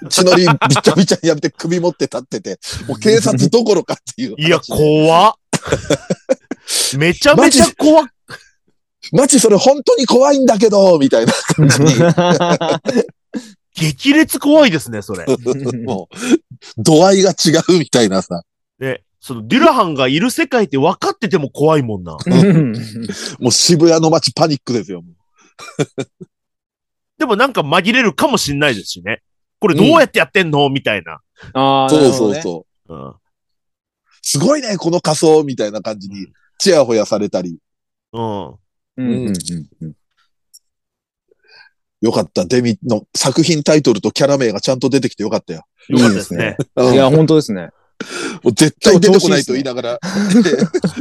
[SPEAKER 2] 血のりびちゃびちゃにやめて首持って立ってて、もう警察どころかっていう。
[SPEAKER 4] いや、怖っ。めちゃめちゃ怖っ。
[SPEAKER 2] マチそれ本当に怖いんだけど、みた
[SPEAKER 5] [laughs]
[SPEAKER 2] いな感じに。
[SPEAKER 4] 激烈怖いですね、それ。
[SPEAKER 2] もう、度合いが違うみたいなさ。
[SPEAKER 4] で、その、デュラハンがいる世界って分かってても怖いもんな。
[SPEAKER 2] もう渋谷の街パニックですよ。もう
[SPEAKER 4] でもなんか紛れるかもしんないですしね。これどうやってやってんのみたいな。
[SPEAKER 5] ああ、
[SPEAKER 2] そう
[SPEAKER 5] そ
[SPEAKER 2] そうう
[SPEAKER 5] そう。
[SPEAKER 2] そう。
[SPEAKER 4] うん。
[SPEAKER 2] すごいね、この仮装みたいな感じに、ちやほやされたり。
[SPEAKER 4] うん。
[SPEAKER 5] うんうんうん
[SPEAKER 2] よかった。デミの作品タイトルとキャラ名がちゃんと出てきてよかったよ。
[SPEAKER 4] よかったですね。
[SPEAKER 2] うん
[SPEAKER 5] いや、本当ですね。
[SPEAKER 2] もう絶対出てこないと言いなが
[SPEAKER 5] [laughs]
[SPEAKER 2] ら、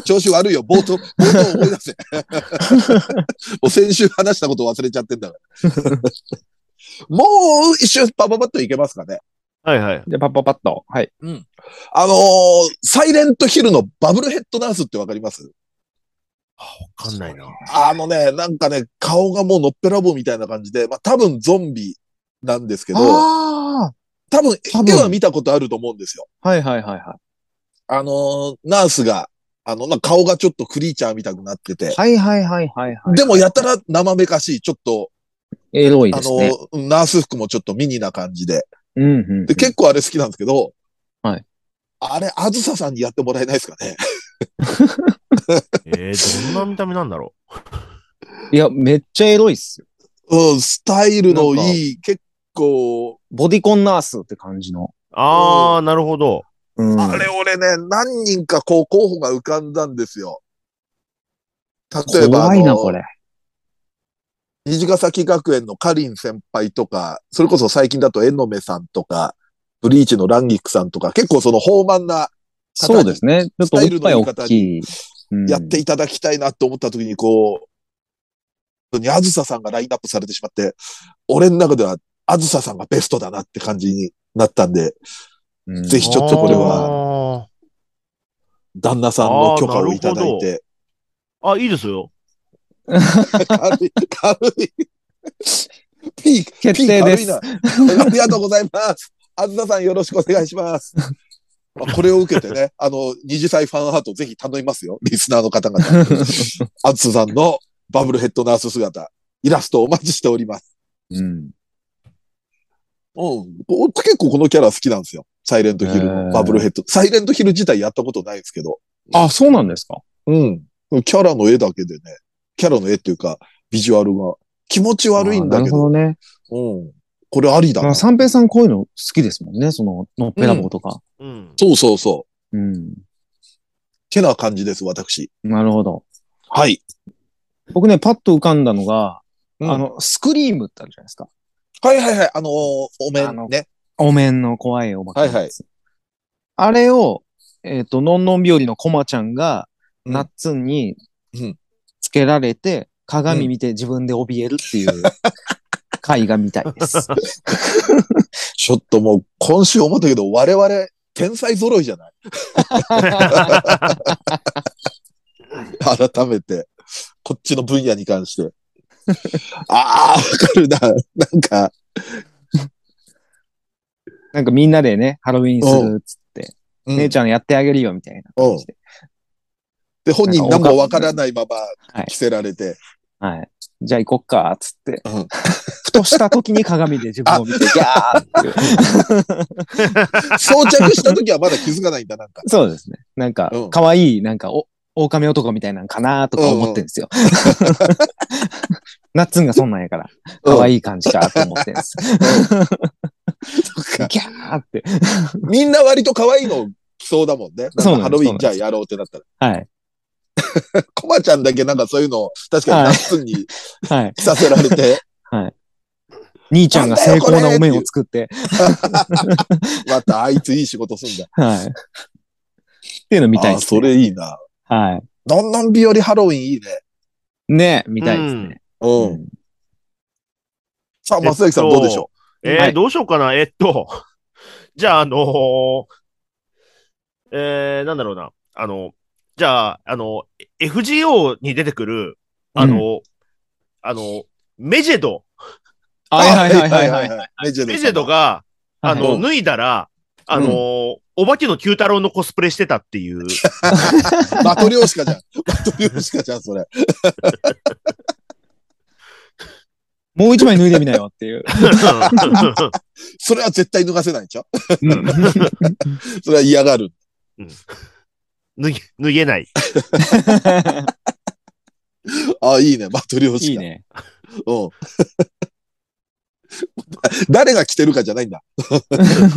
[SPEAKER 2] 調子悪いよ、冒頭、冒頭思い出
[SPEAKER 5] [laughs]
[SPEAKER 2] せ。もう先週話したこと忘れちゃってんだから。もう一瞬パパパッといけますかね。
[SPEAKER 4] はいはい。
[SPEAKER 5] じゃあパッパパッと。はい。
[SPEAKER 2] あのーサイレントヒルのバブルヘッドナースってわかります
[SPEAKER 4] わかんないな。
[SPEAKER 2] あのね、なんかね、顔がもうのっぺらぼうみたいな感じで、まあ多分ゾンビなんですけど、
[SPEAKER 5] あ
[SPEAKER 2] 多分
[SPEAKER 5] 多分
[SPEAKER 2] 絵は見たことあると思うんですよ。
[SPEAKER 5] あ。はいはいはいは
[SPEAKER 2] あのーナースが、あの、なんか顔がちょっとクリーチャーみたくなってて
[SPEAKER 5] い。、はいはいはいはいはい。
[SPEAKER 2] でもやたら生めかしい、ちょっと、
[SPEAKER 5] エロい
[SPEAKER 2] あ
[SPEAKER 5] です
[SPEAKER 2] の、
[SPEAKER 5] ね。
[SPEAKER 2] ナース服もちょっとミニな感じで。
[SPEAKER 5] うんうん。
[SPEAKER 2] で、結構あれ好きなんですけど。
[SPEAKER 5] はい。
[SPEAKER 2] あれ、あずささんにやってもらえないですかね。 [laughs]
[SPEAKER 4] えー、どんな見た目なんだろ
[SPEAKER 5] いや、めっちゃエロいっすよ。
[SPEAKER 2] うん、スタイルのいい、結構、
[SPEAKER 5] ボディコンナースって感じの。
[SPEAKER 4] う。あー、なるほど。
[SPEAKER 5] うん。
[SPEAKER 2] あれ俺ね、何人かこう候補が浮かんだんですよ。例えば、
[SPEAKER 5] 怖い
[SPEAKER 2] あ
[SPEAKER 5] な、
[SPEAKER 2] の
[SPEAKER 5] これ。
[SPEAKER 2] 虹ヶ崎学園のカリン先輩とか、それこそ最近だと縁の目さんとか、ブリーチのランギックさんとか、結構その豊満な方に
[SPEAKER 5] そうですね。ちょっとおっぱい大きい。うん
[SPEAKER 2] やっていただきたいなと思った時に、こう、にあずささんがラインナップされてしまって、俺の中ではあずささんがベストだなって感じになったんで、
[SPEAKER 5] うん
[SPEAKER 2] ぜひちょっとこれは、
[SPEAKER 4] は。
[SPEAKER 2] 旦那さんの許可をいただいて、
[SPEAKER 4] あ、いいですよ。
[SPEAKER 2] [laughs] 軽い、軽い。ピーク、
[SPEAKER 5] 決定で
[SPEAKER 2] ピー軽
[SPEAKER 5] す
[SPEAKER 2] いな。ありがとうございます。あずささんよろしくお願いします。まあこれを受けてね、
[SPEAKER 5] [laughs]
[SPEAKER 2] あの、二次祭ファンアートぜひ頼みますよ。リスナーの方
[SPEAKER 5] [laughs]
[SPEAKER 2] 々。あずささんのバブルヘッドナース姿、イラストお待ちしております。
[SPEAKER 5] うん。
[SPEAKER 2] うん。僕結構このキャラ好きなんですよ。サイレントヒル
[SPEAKER 5] へー
[SPEAKER 2] のバブルヘッド。サイレントヒル自体やったことないんですけど。
[SPEAKER 5] あ、そうなんですか
[SPEAKER 2] うん。キャラの絵だけでね。キャラの絵っていうか、ビジュアルが。気持ち悪いんだけ
[SPEAKER 5] あー
[SPEAKER 2] ど。
[SPEAKER 5] なる
[SPEAKER 2] うん。これありだ
[SPEAKER 5] ほどね。
[SPEAKER 2] な。
[SPEAKER 5] 三平さんこういうの好きですもんね。その、のっぺらぼうとか。
[SPEAKER 4] うん。
[SPEAKER 2] そうそうそう。
[SPEAKER 5] うん。
[SPEAKER 2] てな感じです、私。
[SPEAKER 5] なるほど。
[SPEAKER 2] はい。
[SPEAKER 5] 僕ね、パッと浮かんだのが、
[SPEAKER 2] うん
[SPEAKER 5] あの、スクリームってあるじゃないですか。
[SPEAKER 2] はいはいはい。あのーお
[SPEAKER 5] あの
[SPEAKER 2] 面ね。
[SPEAKER 5] お面の怖いおばけのやつあれを、えっ、と、のんのん日和のコマちゃんが、
[SPEAKER 2] うん
[SPEAKER 5] ナッツンに
[SPEAKER 2] うん
[SPEAKER 5] つけられて、鏡見て自分で怯えるっ
[SPEAKER 2] [laughs]
[SPEAKER 5] ていう、絵画みたいです。
[SPEAKER 2] ちょっともう、今週思ったけど、我々、天才揃いじゃない [laughs] 改めて、こっちの分野に関
[SPEAKER 5] [laughs]
[SPEAKER 2] して。ああ、わかるな。なんか、
[SPEAKER 5] なんかみんなでね、ハロウィンするっつって、
[SPEAKER 2] うん
[SPEAKER 5] 姉ちゃんやってあげるよみたいな感じで。
[SPEAKER 2] で、本人何もわからないまま
[SPEAKER 5] はい
[SPEAKER 2] 着せられて、
[SPEAKER 5] はい。じゃあ行こっか、っつって。
[SPEAKER 2] うん
[SPEAKER 5] ふとした時に鏡で自分
[SPEAKER 2] [laughs]
[SPEAKER 5] を見て、ギャーっていう。
[SPEAKER 2] 装着した時はまだ気づかないんだ、なんか。
[SPEAKER 5] そうですね。なんか
[SPEAKER 2] う、ん
[SPEAKER 5] 可愛いなんか、お、狼男みたいなんかなとか思ってんですよ。 [laughs] ナッツンがそんなんやから、可愛い感じかと思ってんです。
[SPEAKER 2] そっか
[SPEAKER 5] [laughs] ギャーって。
[SPEAKER 2] みんな割と可愛いの着そうだもんね。なんか
[SPEAKER 5] そうなんです
[SPEAKER 2] ハロウィンじゃあやろうってなったら。
[SPEAKER 5] はい。
[SPEAKER 2] コマちゃんだけなんかそういうのを確かに夏に
[SPEAKER 5] はい。
[SPEAKER 2] 着させられ
[SPEAKER 5] [laughs]
[SPEAKER 2] て、
[SPEAKER 5] 兄ちゃんが精巧なお面を作って。
[SPEAKER 2] またあいついい仕事すんだ。
[SPEAKER 5] はい。っていうの見たい
[SPEAKER 2] あ
[SPEAKER 5] で
[SPEAKER 2] ー
[SPEAKER 5] す、
[SPEAKER 2] それいいな。
[SPEAKER 5] は
[SPEAKER 2] どんどん日和ハロウィンいいね。
[SPEAKER 5] い。ね、見たいですね。
[SPEAKER 2] う
[SPEAKER 5] うん
[SPEAKER 2] ん。さあ、松崎さんどうでしょ
[SPEAKER 4] えー
[SPEAKER 5] はい
[SPEAKER 4] どうしようかな。えっと、 [laughs] じゃあ、あのーえーなんだろうな。あの、じゃあ、あの、FGO に出てくる、あの、あの、メジェド、
[SPEAKER 2] う
[SPEAKER 5] はいはいはいはいはい。
[SPEAKER 2] はい。メジェドさん。
[SPEAKER 4] メジェドが、あの、
[SPEAKER 2] はい
[SPEAKER 4] 脱いだら、あのーお化けの九太郎のコスプレしてたっ
[SPEAKER 2] [laughs]
[SPEAKER 4] ていう。 [laughs]
[SPEAKER 2] バトリョーシカじゃん。バトリョーシカじゃん、それ。
[SPEAKER 5] もう一枚脱いでみなよっていう。
[SPEAKER 2] それは絶対脱がせないでしょ
[SPEAKER 5] うん
[SPEAKER 2] それは嫌がる。
[SPEAKER 4] 脱げ、脱げない。
[SPEAKER 2] ああ、いいね、バ [laughs] トリョーシカ。
[SPEAKER 5] いいね。
[SPEAKER 2] うん。 [laughs] 誰が着てるかじゃないんだ。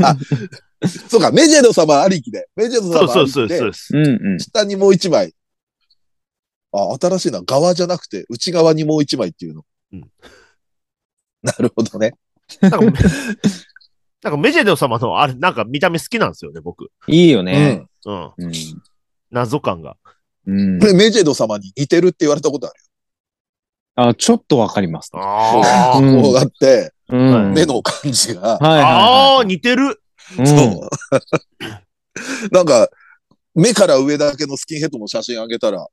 [SPEAKER 2] あそうか、メジェド様ありきで。メジェド
[SPEAKER 4] そう
[SPEAKER 2] 様
[SPEAKER 4] そ
[SPEAKER 2] あ
[SPEAKER 4] う
[SPEAKER 2] り
[SPEAKER 4] そう
[SPEAKER 2] きで
[SPEAKER 4] そう、です。
[SPEAKER 5] うんうん。
[SPEAKER 2] 下にもう一枚。あ、新しいな。側じゃなくて、内側にもう一枚っていうの。
[SPEAKER 4] うん
[SPEAKER 2] なるほどね。
[SPEAKER 4] なんか、なんかメジェド様の、あれ、なんか見た目好きなんですよね、僕。
[SPEAKER 5] いいよね。
[SPEAKER 4] うん。
[SPEAKER 5] うん。
[SPEAKER 4] 謎感が。
[SPEAKER 5] う
[SPEAKER 2] うんん。これメジェド様に似てるって言われたことある。
[SPEAKER 5] あ、ちょっとわかります。
[SPEAKER 2] [laughs]
[SPEAKER 4] あ
[SPEAKER 5] うん
[SPEAKER 2] こうだって、
[SPEAKER 5] うん。
[SPEAKER 4] はい
[SPEAKER 2] 目の感じが。
[SPEAKER 5] はいはい
[SPEAKER 4] あ
[SPEAKER 5] は
[SPEAKER 4] あ、似てる。
[SPEAKER 5] い。うん
[SPEAKER 2] そう。 [laughs] なんか、目から上だけのスキンヘッドの写真あげたら、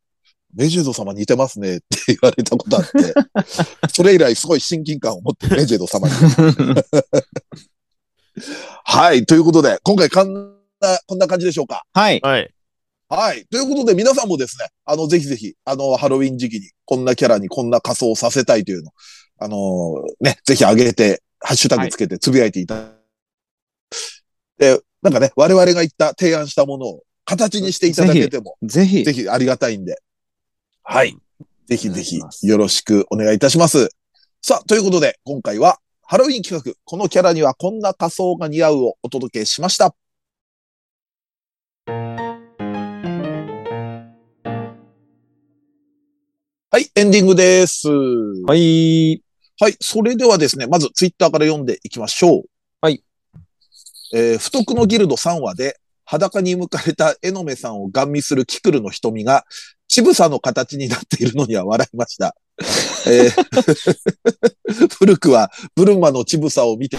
[SPEAKER 2] メジェド様似てますねって [laughs] 言われたことあ
[SPEAKER 5] [laughs]
[SPEAKER 2] って、それ以来すごい親近感を持ってメジェド様に。はい。ということで、今回こんな、こんな感じでしょうか。
[SPEAKER 5] はい。
[SPEAKER 4] はい。
[SPEAKER 2] はい。ということで、皆さんもですね、あの、ぜひぜひ、あの、ハロウィン時期に、こんなキャラにこんな仮装をさせたいというの、あのーね、ぜひ上げて、ハッシュタグつけてつぶやいていた、え、なんかね、我々が言った、提案したものを、形にしていただけても、
[SPEAKER 5] ぜひ
[SPEAKER 2] ぜ。ひありがたいんで、はい。ぜひ
[SPEAKER 5] お願
[SPEAKER 2] ぜ
[SPEAKER 5] いし
[SPEAKER 2] ひ
[SPEAKER 5] ま、す
[SPEAKER 2] よろしくお願いいたします。さあ、ということで、今回は、ハロウィン企画、このキャラにはこんな仮装が似合うをお届けしました。はい、エンディングです。
[SPEAKER 5] はい。
[SPEAKER 2] はい。それではですね、まずツイッターから読んでいきましょう。
[SPEAKER 5] はい。
[SPEAKER 2] えー不徳のギルド3話で、裸に向かれたエノメさんをガン見するキクルの瞳が、ちぶさの形になっているのには笑いました。えー [laughs] 古くは、ブルマのちぶさを見て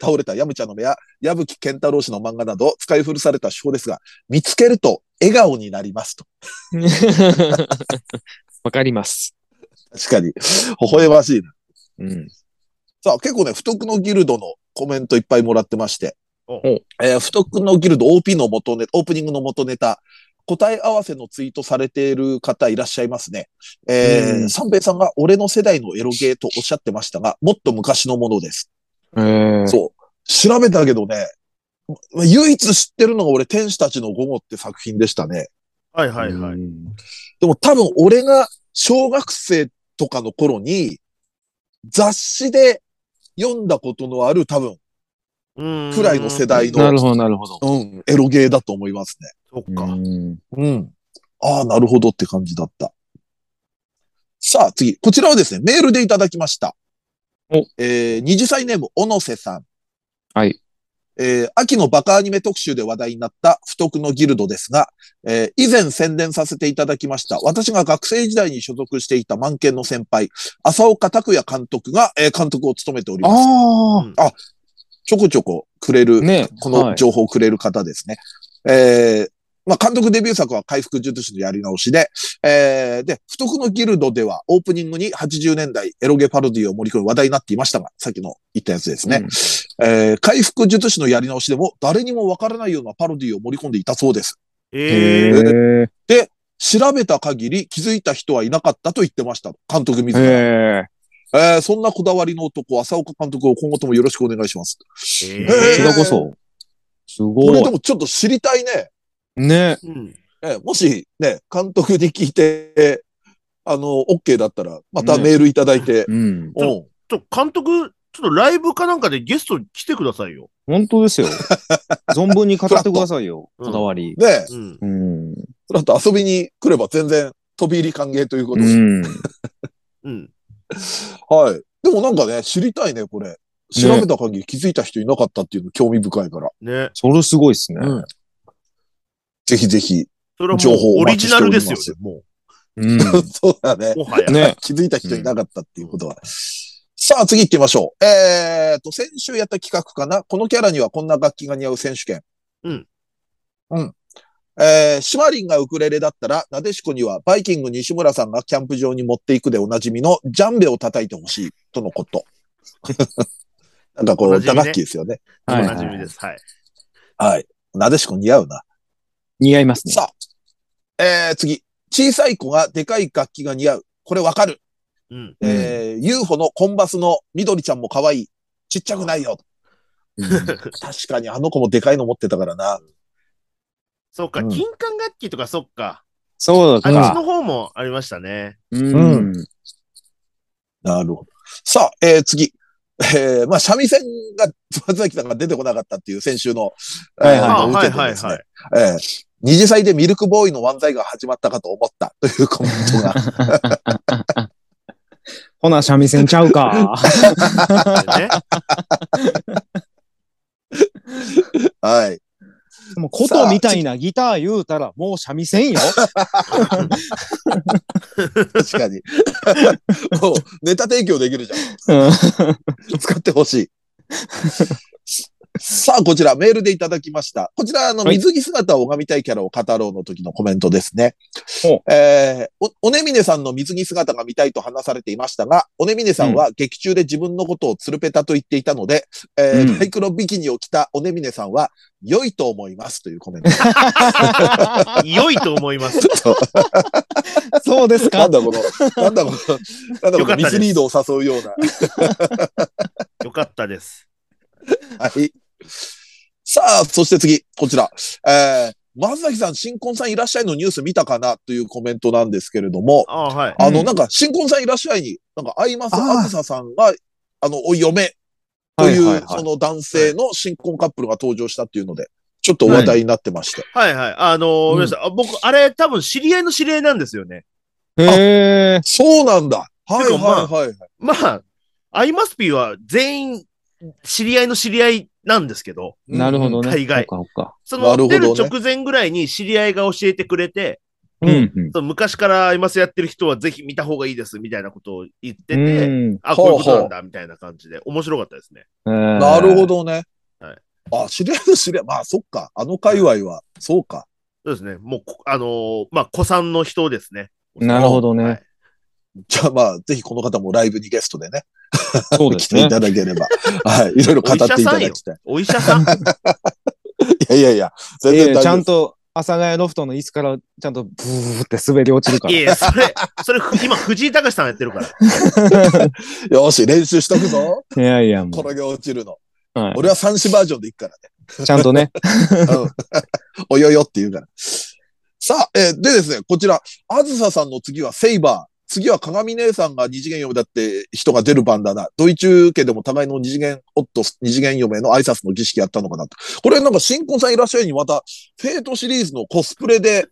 [SPEAKER 2] 倒れたヤムちゃんの目や、矢吹健太郎氏の漫画など、使い古された手法ですが、見つけると笑顔になりますと。
[SPEAKER 5] [laughs] わかります。
[SPEAKER 2] 確かに、微笑ましいな
[SPEAKER 5] うん。
[SPEAKER 2] さあ、結構ね、不徳のギルドのコメントいっぱいもらってまして。
[SPEAKER 4] お
[SPEAKER 2] えー不徳のギルド OP の元ネオープニングの元ネタ、答え合わせのツイートされている方いらっしゃいますね。えー
[SPEAKER 5] うん
[SPEAKER 2] 三平さんが俺の世代のエロゲーとおっしゃってましたが、もっと昔のものです。
[SPEAKER 5] えー
[SPEAKER 2] そう。調べたけどね、ま唯一知ってるのが俺、天使たちの午後って作品でしたね。
[SPEAKER 4] はいはいは
[SPEAKER 5] う
[SPEAKER 4] い。
[SPEAKER 5] ん
[SPEAKER 2] でも多分俺が小学生とかの頃に、雑誌で読んだことのある多分、
[SPEAKER 4] うん
[SPEAKER 2] くらいの世代の
[SPEAKER 5] なるほど、なるほど。
[SPEAKER 2] うん、エロゲーだと思いますね。
[SPEAKER 4] そっか。
[SPEAKER 5] うん
[SPEAKER 2] うん。ああ、なるほどって感じだった。さあ、次。こちらはですね、メールでいただきました。
[SPEAKER 5] お
[SPEAKER 2] えー、20歳ネーム、小野瀬さん。
[SPEAKER 5] はい。
[SPEAKER 2] えー、秋のバカアニメ特集で話題になった不徳のギルドですが、えー、以前宣伝させていただきました。私が学生時代に所属していた満研の先輩、浅岡拓也監督が、えー監督を務めております。
[SPEAKER 5] あ
[SPEAKER 4] うん
[SPEAKER 2] ちょこちょこくれる
[SPEAKER 5] あ。ね。
[SPEAKER 2] こ
[SPEAKER 5] は
[SPEAKER 2] の
[SPEAKER 5] い
[SPEAKER 2] 情報をくれる方ですね。えーまあ、監督デビュー作は回復術師のやり直しで、えーで、不徳のギルドではオープニングに80年代エロゲパロディを盛り込む話題になっていましたが、さっきの言ったやつですね。
[SPEAKER 5] うん
[SPEAKER 2] えー回復術師のやり直しでも誰にもわからないようなパロディを盛り込んでいたそうです。
[SPEAKER 4] え
[SPEAKER 5] へ
[SPEAKER 4] え。
[SPEAKER 5] え。
[SPEAKER 2] 調べた限り気づいた人はいなかったと言ってました。監督自ら。
[SPEAKER 5] へえ。
[SPEAKER 2] えーそんなこだわりの男、浅岡監督を今後ともよろしくお願いします。
[SPEAKER 4] え
[SPEAKER 2] ー
[SPEAKER 5] こちらこそ。す
[SPEAKER 2] こ
[SPEAKER 5] ご
[SPEAKER 2] れ
[SPEAKER 5] い
[SPEAKER 2] で。もちょっと知りたいね。
[SPEAKER 5] ね。
[SPEAKER 4] うん
[SPEAKER 2] ええもしね、監督に聞いて、あの、OK だったら、またメールいただいて、
[SPEAKER 5] うん。
[SPEAKER 2] うん
[SPEAKER 4] ちょ、監督、ちょっとライブかなんかでゲスト来てくださいよ。
[SPEAKER 5] 本当 [laughs] ですよ。存分に語ってくださいよ。こだわり。
[SPEAKER 2] ねえ、
[SPEAKER 4] うん。
[SPEAKER 5] うん。
[SPEAKER 2] それだと遊びに来れば全然飛び入り歓迎ということ
[SPEAKER 5] う
[SPEAKER 2] で、
[SPEAKER 5] ん。
[SPEAKER 4] うん。
[SPEAKER 2] はい。でもなんかね、知りたいね、これ。調べた限り気づいた人いなかったっていうの興味深いから。
[SPEAKER 4] ね。
[SPEAKER 5] それすごいですね。
[SPEAKER 2] うんぜひぜひ。
[SPEAKER 4] それは
[SPEAKER 2] 情報
[SPEAKER 4] もう
[SPEAKER 2] をお
[SPEAKER 4] オリ
[SPEAKER 2] 待ち
[SPEAKER 4] ジ
[SPEAKER 2] して
[SPEAKER 4] ナ
[SPEAKER 2] おり
[SPEAKER 4] ル
[SPEAKER 2] ま
[SPEAKER 4] ですすよね、も
[SPEAKER 5] [laughs] うん。
[SPEAKER 2] そうだね
[SPEAKER 4] う。。もはや。
[SPEAKER 5] ね。
[SPEAKER 2] [laughs] 気づいた人いなかったっていうことは。さあ、次行ってみましょう。えーと、先週やった企画かな。このキャラにはこんな楽器が似合う選手権。
[SPEAKER 4] うん。
[SPEAKER 2] うん。えー、シマリンがウクレレだったら、なでしこにはバイキング西村さんがキャンプ場に持っていくでおなじみのジャンベを叩いてほしい、とのこと。 [laughs] なんかこ
[SPEAKER 4] おな
[SPEAKER 2] う、
[SPEAKER 4] じみ
[SPEAKER 2] 打
[SPEAKER 4] ね
[SPEAKER 2] 楽器ですよね。
[SPEAKER 4] お
[SPEAKER 5] はいはい
[SPEAKER 4] なじみです。はい。
[SPEAKER 2] はい。なでしこ似合うな。
[SPEAKER 5] 似合いますね。
[SPEAKER 2] さあ、えー、次。小さい子がでかい楽器が似合う。これわかる。
[SPEAKER 4] うん。
[SPEAKER 2] えー、UFO のコンバスの緑ちゃんも可愛い。ちっちゃくないよ。 [laughs] 確かにあの子もでかいの持ってたからな。
[SPEAKER 4] そっか、
[SPEAKER 2] うん
[SPEAKER 4] 金管楽器とかそっか。
[SPEAKER 5] そう
[SPEAKER 4] あ
[SPEAKER 5] だ
[SPEAKER 4] っち
[SPEAKER 5] か。
[SPEAKER 4] の方もありましたね。
[SPEAKER 5] うん。
[SPEAKER 2] なるほど。さあ、えー、次。えー、まあ、三味線が、松崎さんが出てこなかったっていう先週の、
[SPEAKER 5] はいはい
[SPEAKER 4] あ
[SPEAKER 2] のを
[SPEAKER 4] は
[SPEAKER 2] 受
[SPEAKER 4] い
[SPEAKER 2] けて
[SPEAKER 4] はい
[SPEAKER 2] です
[SPEAKER 4] は
[SPEAKER 2] ね
[SPEAKER 4] い。。
[SPEAKER 2] えー二次祭でミルクボーイの漫才が始まったかと思ったというコメン
[SPEAKER 5] [laughs]
[SPEAKER 2] トが。
[SPEAKER 5] ほな、三味線ちゃうか。
[SPEAKER 4] ね。
[SPEAKER 2] はい。
[SPEAKER 5] [laughs] もう、琴みたいなギター言うたら、もう三味線よ。
[SPEAKER 2] 確かに。 [laughs] もうネタ提供できるじゃん。
[SPEAKER 5] うん [laughs]
[SPEAKER 2] 使ってほしい。さあ、こちらメールでいただきました。こちら、あの、
[SPEAKER 5] はい
[SPEAKER 2] 水着姿を拝みたいキャラを語ろうの時のコメントですね
[SPEAKER 5] ほ。
[SPEAKER 2] えーお、おねみねさんの水着姿が見たいと話されていましたが、おねみねさんは劇中で自分のことをつるぺたと言っていたので、えー
[SPEAKER 5] うん
[SPEAKER 2] マイクロビキニを着たおねみねさんは、良いと思いますというコメント。
[SPEAKER 4] 良いと思います。 [laughs]
[SPEAKER 5] そうです
[SPEAKER 2] な
[SPEAKER 5] か
[SPEAKER 2] ん。だこの、なんだこの、なんだ
[SPEAKER 4] よ
[SPEAKER 2] こ
[SPEAKER 4] か
[SPEAKER 2] の
[SPEAKER 4] ったで
[SPEAKER 2] ミ
[SPEAKER 4] す
[SPEAKER 2] スリードを誘うような。
[SPEAKER 4] よかったです。
[SPEAKER 2] はい。さあ、そして次、こちら。えー、松崎さん、新婚さんいらっしゃいのニュース見たかなというコメントなんですけれども、
[SPEAKER 4] あはい。
[SPEAKER 2] あの、
[SPEAKER 5] うん
[SPEAKER 2] なんか、新婚さんいらっしゃいに、なんか、アイマス
[SPEAKER 5] あー
[SPEAKER 2] あずささんが、あの、お嫁という、
[SPEAKER 5] はいはいはい
[SPEAKER 2] その男性の新婚カップルが登場したっていうので、ちょっと話題になってまして。
[SPEAKER 4] はいはい。あのー、
[SPEAKER 2] うん
[SPEAKER 4] ごめんなさいあ僕、あれ、多分知り合いの知り合いなんですよね。
[SPEAKER 5] へえ。
[SPEAKER 2] そうなんだ。はい
[SPEAKER 4] てかまあ
[SPEAKER 2] はいはい。
[SPEAKER 4] まあ、アイマスピーは全員、知り合いの知り合いなんですけど、
[SPEAKER 5] なるほどね。
[SPEAKER 4] 大概
[SPEAKER 5] そうかそうか。
[SPEAKER 4] そ
[SPEAKER 2] な
[SPEAKER 4] の、
[SPEAKER 2] るほ
[SPEAKER 4] 出
[SPEAKER 2] どね
[SPEAKER 4] る直前ぐらいに知り合いが教えてくれて、
[SPEAKER 5] うんうん。
[SPEAKER 4] その昔からアイマスやってる人はぜひ見た方がいいです、みたいなことを言ってて、
[SPEAKER 5] うん
[SPEAKER 4] あ、
[SPEAKER 2] ほ
[SPEAKER 4] こ
[SPEAKER 2] う
[SPEAKER 4] うい
[SPEAKER 2] ほ
[SPEAKER 4] う
[SPEAKER 2] う
[SPEAKER 4] ことなんだ、みたいな感じで、面白かったですね。
[SPEAKER 2] な
[SPEAKER 5] な
[SPEAKER 2] るほ。どね。
[SPEAKER 4] はい
[SPEAKER 2] あ、知り合いの知り合い。まあ、そっか。あの界隈は、そうか。
[SPEAKER 4] そうですね。もうこ、あのーまあ、子さんの人ですね。
[SPEAKER 5] なるほどね
[SPEAKER 4] はい
[SPEAKER 2] じゃあまあ、ぜひこの方もライブにゲストでね。
[SPEAKER 5] そうで
[SPEAKER 2] 来
[SPEAKER 5] す
[SPEAKER 2] てい [laughs]
[SPEAKER 5] ね。
[SPEAKER 2] ただけれ
[SPEAKER 5] [laughs]
[SPEAKER 2] ば。はい。いろいろ語っていただきたい。
[SPEAKER 4] お医者
[SPEAKER 2] [laughs]
[SPEAKER 4] さん
[SPEAKER 2] いやいやいや、全
[SPEAKER 5] いや
[SPEAKER 2] 然大
[SPEAKER 5] いや
[SPEAKER 2] 丈夫。
[SPEAKER 5] ちゃんと、阿佐ヶ谷ロフトの椅子から、ちゃんと、ブーって滑り落ちるか
[SPEAKER 4] い
[SPEAKER 5] ら。
[SPEAKER 4] やいや、それ、それ、今、藤井隆さんやってるから。 [laughs]
[SPEAKER 2] よし、練習しとくぞ。
[SPEAKER 5] いやいや、も
[SPEAKER 2] 転げ落ちるの。
[SPEAKER 5] う。は
[SPEAKER 2] 俺は三種バージョンでいくからね。
[SPEAKER 5] いちゃん
[SPEAKER 2] [laughs]
[SPEAKER 5] とね。 [laughs]
[SPEAKER 2] およよって言うから。さあ、えーでですね、こちら、あずささんの次はセイバー。次は鏡姉さんが二次元嫁だって人が出る番だな。ドイツ家でも互いの二次元夫、二次元嫁の挨拶の儀式やったのかなと。これなんか新婚さんいらっしゃいにまた、フェイトシリーズのコスプレで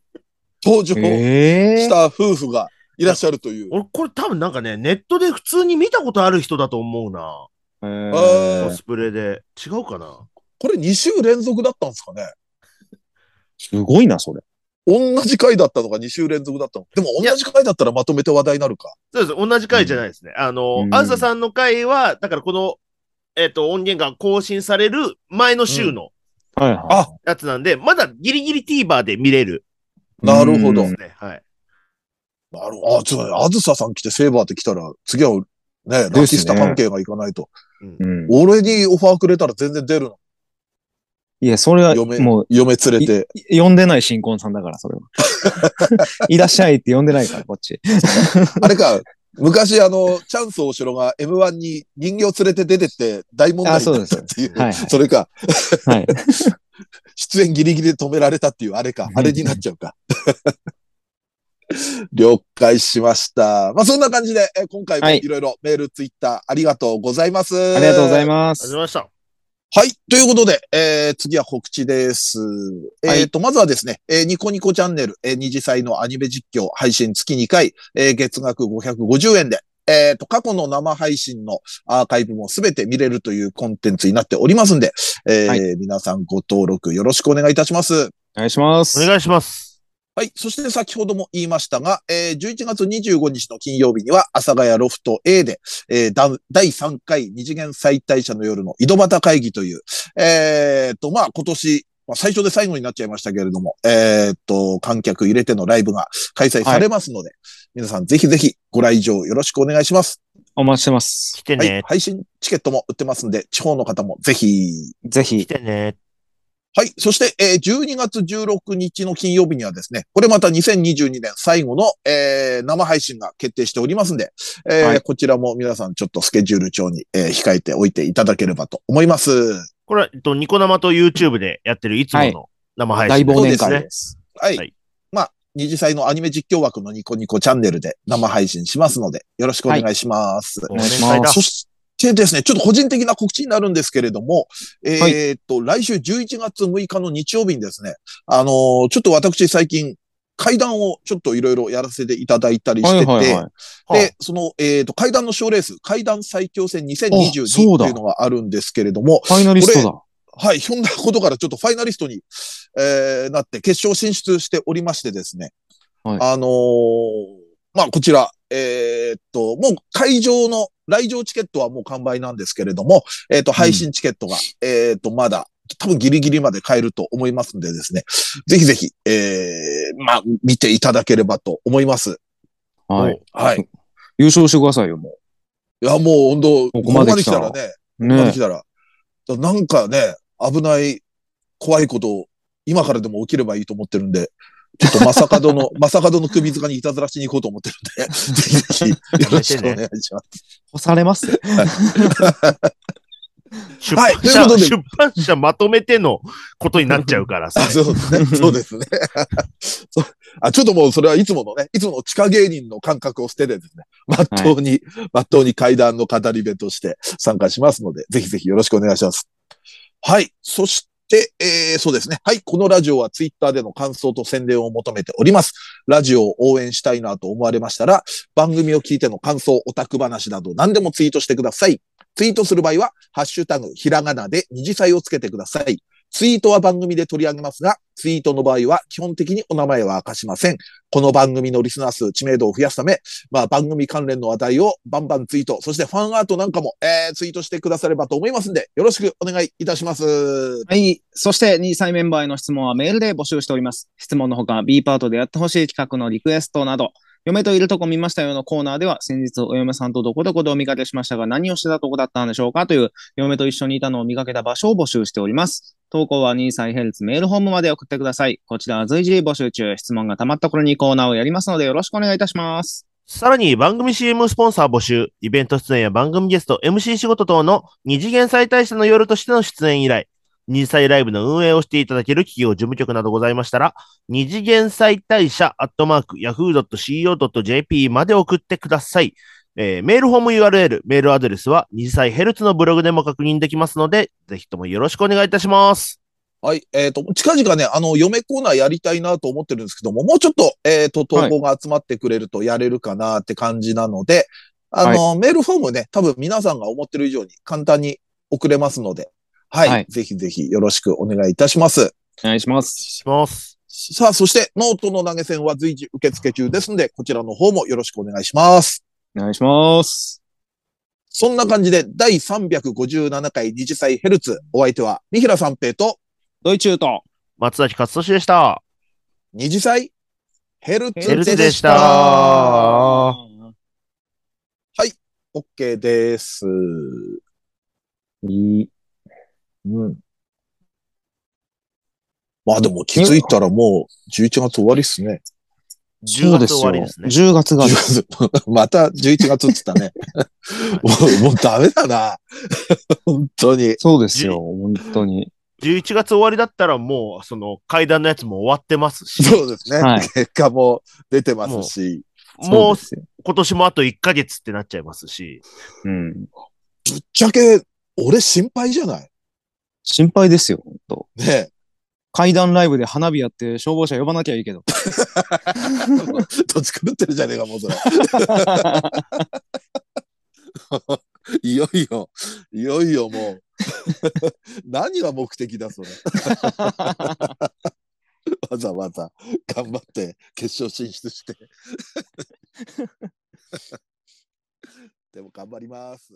[SPEAKER 2] 登場し
[SPEAKER 5] ええ。
[SPEAKER 2] た夫婦がいらっしゃるという。
[SPEAKER 4] 俺、これ多分なんかね、ネットで普通に見たことある人だと思うな。
[SPEAKER 5] え
[SPEAKER 2] う
[SPEAKER 4] コ
[SPEAKER 2] ん
[SPEAKER 5] ー
[SPEAKER 4] スプレで。違うかな
[SPEAKER 2] これ2週連続だったんですかね
[SPEAKER 5] すごいな、それ。
[SPEAKER 2] 同じ回だったのか2週連続だったのかでも同じ回だったらまとめて話題になるか。
[SPEAKER 4] そうです。同じ回じゃないですね。あ
[SPEAKER 5] う
[SPEAKER 4] の、
[SPEAKER 5] ん
[SPEAKER 4] あずささんの回は、だからこの、えっ、と、音源が更新される前の週の
[SPEAKER 5] はいはい。
[SPEAKER 2] あ
[SPEAKER 4] やつなんで、まだギリギリ TVer で見れる
[SPEAKER 2] なるほど。な
[SPEAKER 5] う
[SPEAKER 2] んる
[SPEAKER 5] ん
[SPEAKER 4] ですね。はい。
[SPEAKER 2] ほど。あ、ちょっとね、あずささん来てセーバーって来たら、次は、ね、ラッキスタ関係がいかないと。
[SPEAKER 5] うん。
[SPEAKER 2] 俺にオファーくれたら全然出るの。
[SPEAKER 5] いや、それは、
[SPEAKER 2] 嫁
[SPEAKER 5] もう、
[SPEAKER 2] 嫁連れて。
[SPEAKER 5] 呼んでない新婚さんだから、それは。 [laughs] いらっしゃいって呼んでないから、こっち。
[SPEAKER 2] [laughs] あれか、昔あの、チャンス大城が M1 に人形連れて出てって大問題になったっていう。
[SPEAKER 5] あそうです
[SPEAKER 2] そ
[SPEAKER 5] はいはい
[SPEAKER 2] れか。
[SPEAKER 5] はい。
[SPEAKER 2] 出演ギリギリで止められたっていうあれか、あれになっちゃうか。 [laughs] 了解しました。まあ、そんな感じで、えー今回も
[SPEAKER 5] はい
[SPEAKER 2] いろいろメール、ツイッターありがとうございます。
[SPEAKER 5] ありがとうござい
[SPEAKER 2] ま
[SPEAKER 5] ま
[SPEAKER 4] あり
[SPEAKER 5] す。
[SPEAKER 4] ました。
[SPEAKER 2] す。はい。ということで、えー次は告知です。
[SPEAKER 5] はい
[SPEAKER 2] えっ、と、まずはですね、えーニコニコチャンネル、えー二次祭のアニメ実況配信月2回、えー月額550円で、えっ、と、過去の生配信のアーカイブもすべて見れるというコンテンツになっておりますんで、えー
[SPEAKER 5] はい
[SPEAKER 2] 皆さんご登録よろしくお願いいたします。
[SPEAKER 5] お願いします。
[SPEAKER 4] お願いします。
[SPEAKER 2] はい。そして先ほども言いましたが、えー11月25日の金曜日には、阿佐ヶ谷ロフト A で、えーだ第3回二次元再退社の夜の井戸端会議という、えー、と、まあ、今年、まあ、最初で最後になっちゃいましたけれども、えー、と、観客入れてのライブが開催されますので、皆さんぜひぜひご来場よろしくお願いします。
[SPEAKER 5] お待ちしてます。
[SPEAKER 4] 来て
[SPEAKER 2] はい
[SPEAKER 4] ね。。
[SPEAKER 2] 配信チケットも売ってますんで、地方の方もぜひ
[SPEAKER 5] ぜ
[SPEAKER 4] 来
[SPEAKER 5] ひ。
[SPEAKER 4] てね。
[SPEAKER 2] はい。そして、えー12月16日の金曜日にはですね、これまた2022年最後の、えー生配信が決定しておりますんで、えー
[SPEAKER 5] はい
[SPEAKER 2] こちらも皆さんちょっとスケジュール帳に、えー控えておいていただければと思います。
[SPEAKER 4] これは、えっと、ニコ生と YouTube でやってるいつもの生配
[SPEAKER 5] 大
[SPEAKER 4] 信。
[SPEAKER 5] 忘年
[SPEAKER 2] そう
[SPEAKER 5] 会
[SPEAKER 2] で
[SPEAKER 5] です。
[SPEAKER 2] はい。
[SPEAKER 4] はい
[SPEAKER 2] まあ、二次祭のアニメ実況枠のニコニコチャンネルで生配信しますので、よろしくお願いします。
[SPEAKER 4] 忘
[SPEAKER 5] お願い
[SPEAKER 4] 年
[SPEAKER 5] し
[SPEAKER 4] 会
[SPEAKER 5] ま
[SPEAKER 4] だ
[SPEAKER 2] そ。してですね、ちょっと個人的な告知になるんですけれども、
[SPEAKER 5] はい
[SPEAKER 2] えーっと、来週11月6日の日曜日にですね、あのーちょっと私最近、階段をちょっといろいろやらせていただいたりしてて、
[SPEAKER 4] は
[SPEAKER 2] で、その、えーっと、階段の賞レース、階段最強戦
[SPEAKER 5] あそ
[SPEAKER 2] 2022
[SPEAKER 5] う
[SPEAKER 2] と
[SPEAKER 5] だ
[SPEAKER 2] いうのがあるんですけれども、
[SPEAKER 5] ファイナリスト
[SPEAKER 2] はい、ひょんなことからちょっとファイナリストに、えーなって決勝進出しておりましてですね。
[SPEAKER 5] はい
[SPEAKER 2] あのーまあ、こちら、えーっと、もう会場の、来場チケットはもう完売なんですけれども、えーっと、配信チケットが、えーっと、まだ、多分ギリギリまで買えると思いますんでですね。ぜひぜひ、えー、まあ、見ていただければと思います。
[SPEAKER 5] だ。はい。
[SPEAKER 2] はい。
[SPEAKER 5] 優勝してくださいよ、も
[SPEAKER 2] いや、もう本当、
[SPEAKER 5] ここまで来たら
[SPEAKER 2] ここまで来たらね、
[SPEAKER 5] う。
[SPEAKER 2] まで
[SPEAKER 5] ね
[SPEAKER 2] 来たら。だなんかね、危ない、怖いことを今からでも起きればいいと思ってるんで、ちょっとまさかどの、 [laughs] まさかどの首塚にいたずらしに行こうと思ってるんで、ぜひぜひよろしくお願いします。
[SPEAKER 5] 干されますよ。
[SPEAKER 4] 出
[SPEAKER 2] は
[SPEAKER 4] 版
[SPEAKER 2] いという
[SPEAKER 4] 社、
[SPEAKER 2] ことで
[SPEAKER 4] 出版社まとめてのことになっちゃうからさ [laughs]
[SPEAKER 2] あ。そうですね。そうですね。 [laughs] そうあちょっともうそれはいつものね、いつもの地下芸人の感覚を捨ててですね、まっとうに、まっとうに階段の語り部として参加しますので、ぜひぜひよろしくお願いします。はい。そして、えー、そうですね。はい。このラジオはツイッターでの感想と宣伝を求めております。ラジオを応援したいなと思われましたら、番組を聞いての感想、オタク話など何でもツイートしてください。ツイートする場合は、ハッシュタグ、ひらがなで二次祭をつけてください。ツイートは番組で取り上げますが、ツイートの場合は基本的にお名前は明かしません。この番組のリスナー数、知名度を増やすため、まあ番組関連の話題をバンバンツイート、そしてファンアートなんかも、えーツイートしてくださればと思いますんで、よろしくお願いいたします。
[SPEAKER 5] はい。そして、2歳メンバーへの質問はメールで募集しております。質問のほか、B パートでやってほしい企画のリクエストなど、嫁といるとこ見ましたよのコーナーでは、先日お嫁さんとどこどこでお見かけしましたが、何をしてたとこだったんでしょうかという、嫁と一緒にいたのを見かけた場所を募集しております。投稿は2歳ヘルツメールホームまで送ってください。こちらは随時募集中、質問が溜まった頃にコーナーをやりますので、よろしくお願いいたします。
[SPEAKER 4] さらに番組 CM スポンサー募集、イベント出演や番組ゲスト、MC 仕事等の二次元再大社の夜としての出演以来、二次祭ライブの運営をしていただける企業事務局などございましたら、二次元再大社アットマーク yahoo.co.jp まで送ってください。えーメールフォーム URL、メールアドレスは二次祭ヘルツのブログでも確認できますので、ぜひともよろしくお願いいたします。
[SPEAKER 2] はい。えっ、と、近々ね、あの、嫁コーナーやりたいなと思ってるんですけども、もうちょっと、えっ、と、投稿が集まってくれるとやれるかなって感じなので、あの、メールフォームね、多分皆さんが思ってる以上に簡単に送れますので、はい。
[SPEAKER 5] はい
[SPEAKER 2] ぜひぜひよろしくお願いいたします。
[SPEAKER 5] お願いします。
[SPEAKER 4] します。
[SPEAKER 2] さあ、そして、ノートの投げ銭は随時受付中ですので、こちらの方もよろしくお願いします。
[SPEAKER 5] お願いします。
[SPEAKER 2] そんな感じで、第357回二次祭ヘルツ、お相手は、三平三平と、
[SPEAKER 5] ドイチューと、
[SPEAKER 4] 松崎勝利でした。
[SPEAKER 2] 二次祭ヘルツでした。
[SPEAKER 4] ヘルツでした。
[SPEAKER 2] OK です。
[SPEAKER 5] いい
[SPEAKER 2] うん。まあでも気づいたらもう11月終わりっすね。
[SPEAKER 4] 10月終わりですね。
[SPEAKER 5] 10月が、
[SPEAKER 2] 10月 [laughs] また11月っつ [laughs] ったね。 [laughs] もう、もうダメだな。本当に。
[SPEAKER 5] そうですよ、本当に。
[SPEAKER 4] 11月終わりだったらもう、その階段のやつも終わってますし、
[SPEAKER 2] そうですね。
[SPEAKER 5] はい
[SPEAKER 2] 結果も出てますし、
[SPEAKER 4] もう
[SPEAKER 5] そうですよ
[SPEAKER 4] 今年もあと1ヶ月ってなっちゃいますし、
[SPEAKER 5] うん。
[SPEAKER 2] ぶっちゃけ、俺心配じゃない
[SPEAKER 5] 心配ですよ、本当
[SPEAKER 2] ね
[SPEAKER 5] 階段ライブで花火やって消防車呼ばなきゃいいけど。 [laughs]
[SPEAKER 2] え。どっち狂ってるじゃねえか、もうそれ。 [laughs] いよいよ、いよいよもう。 [laughs] 何が目的だ、それ。 [laughs] わざわざ頑張って決勝進出して。でも頑張ります。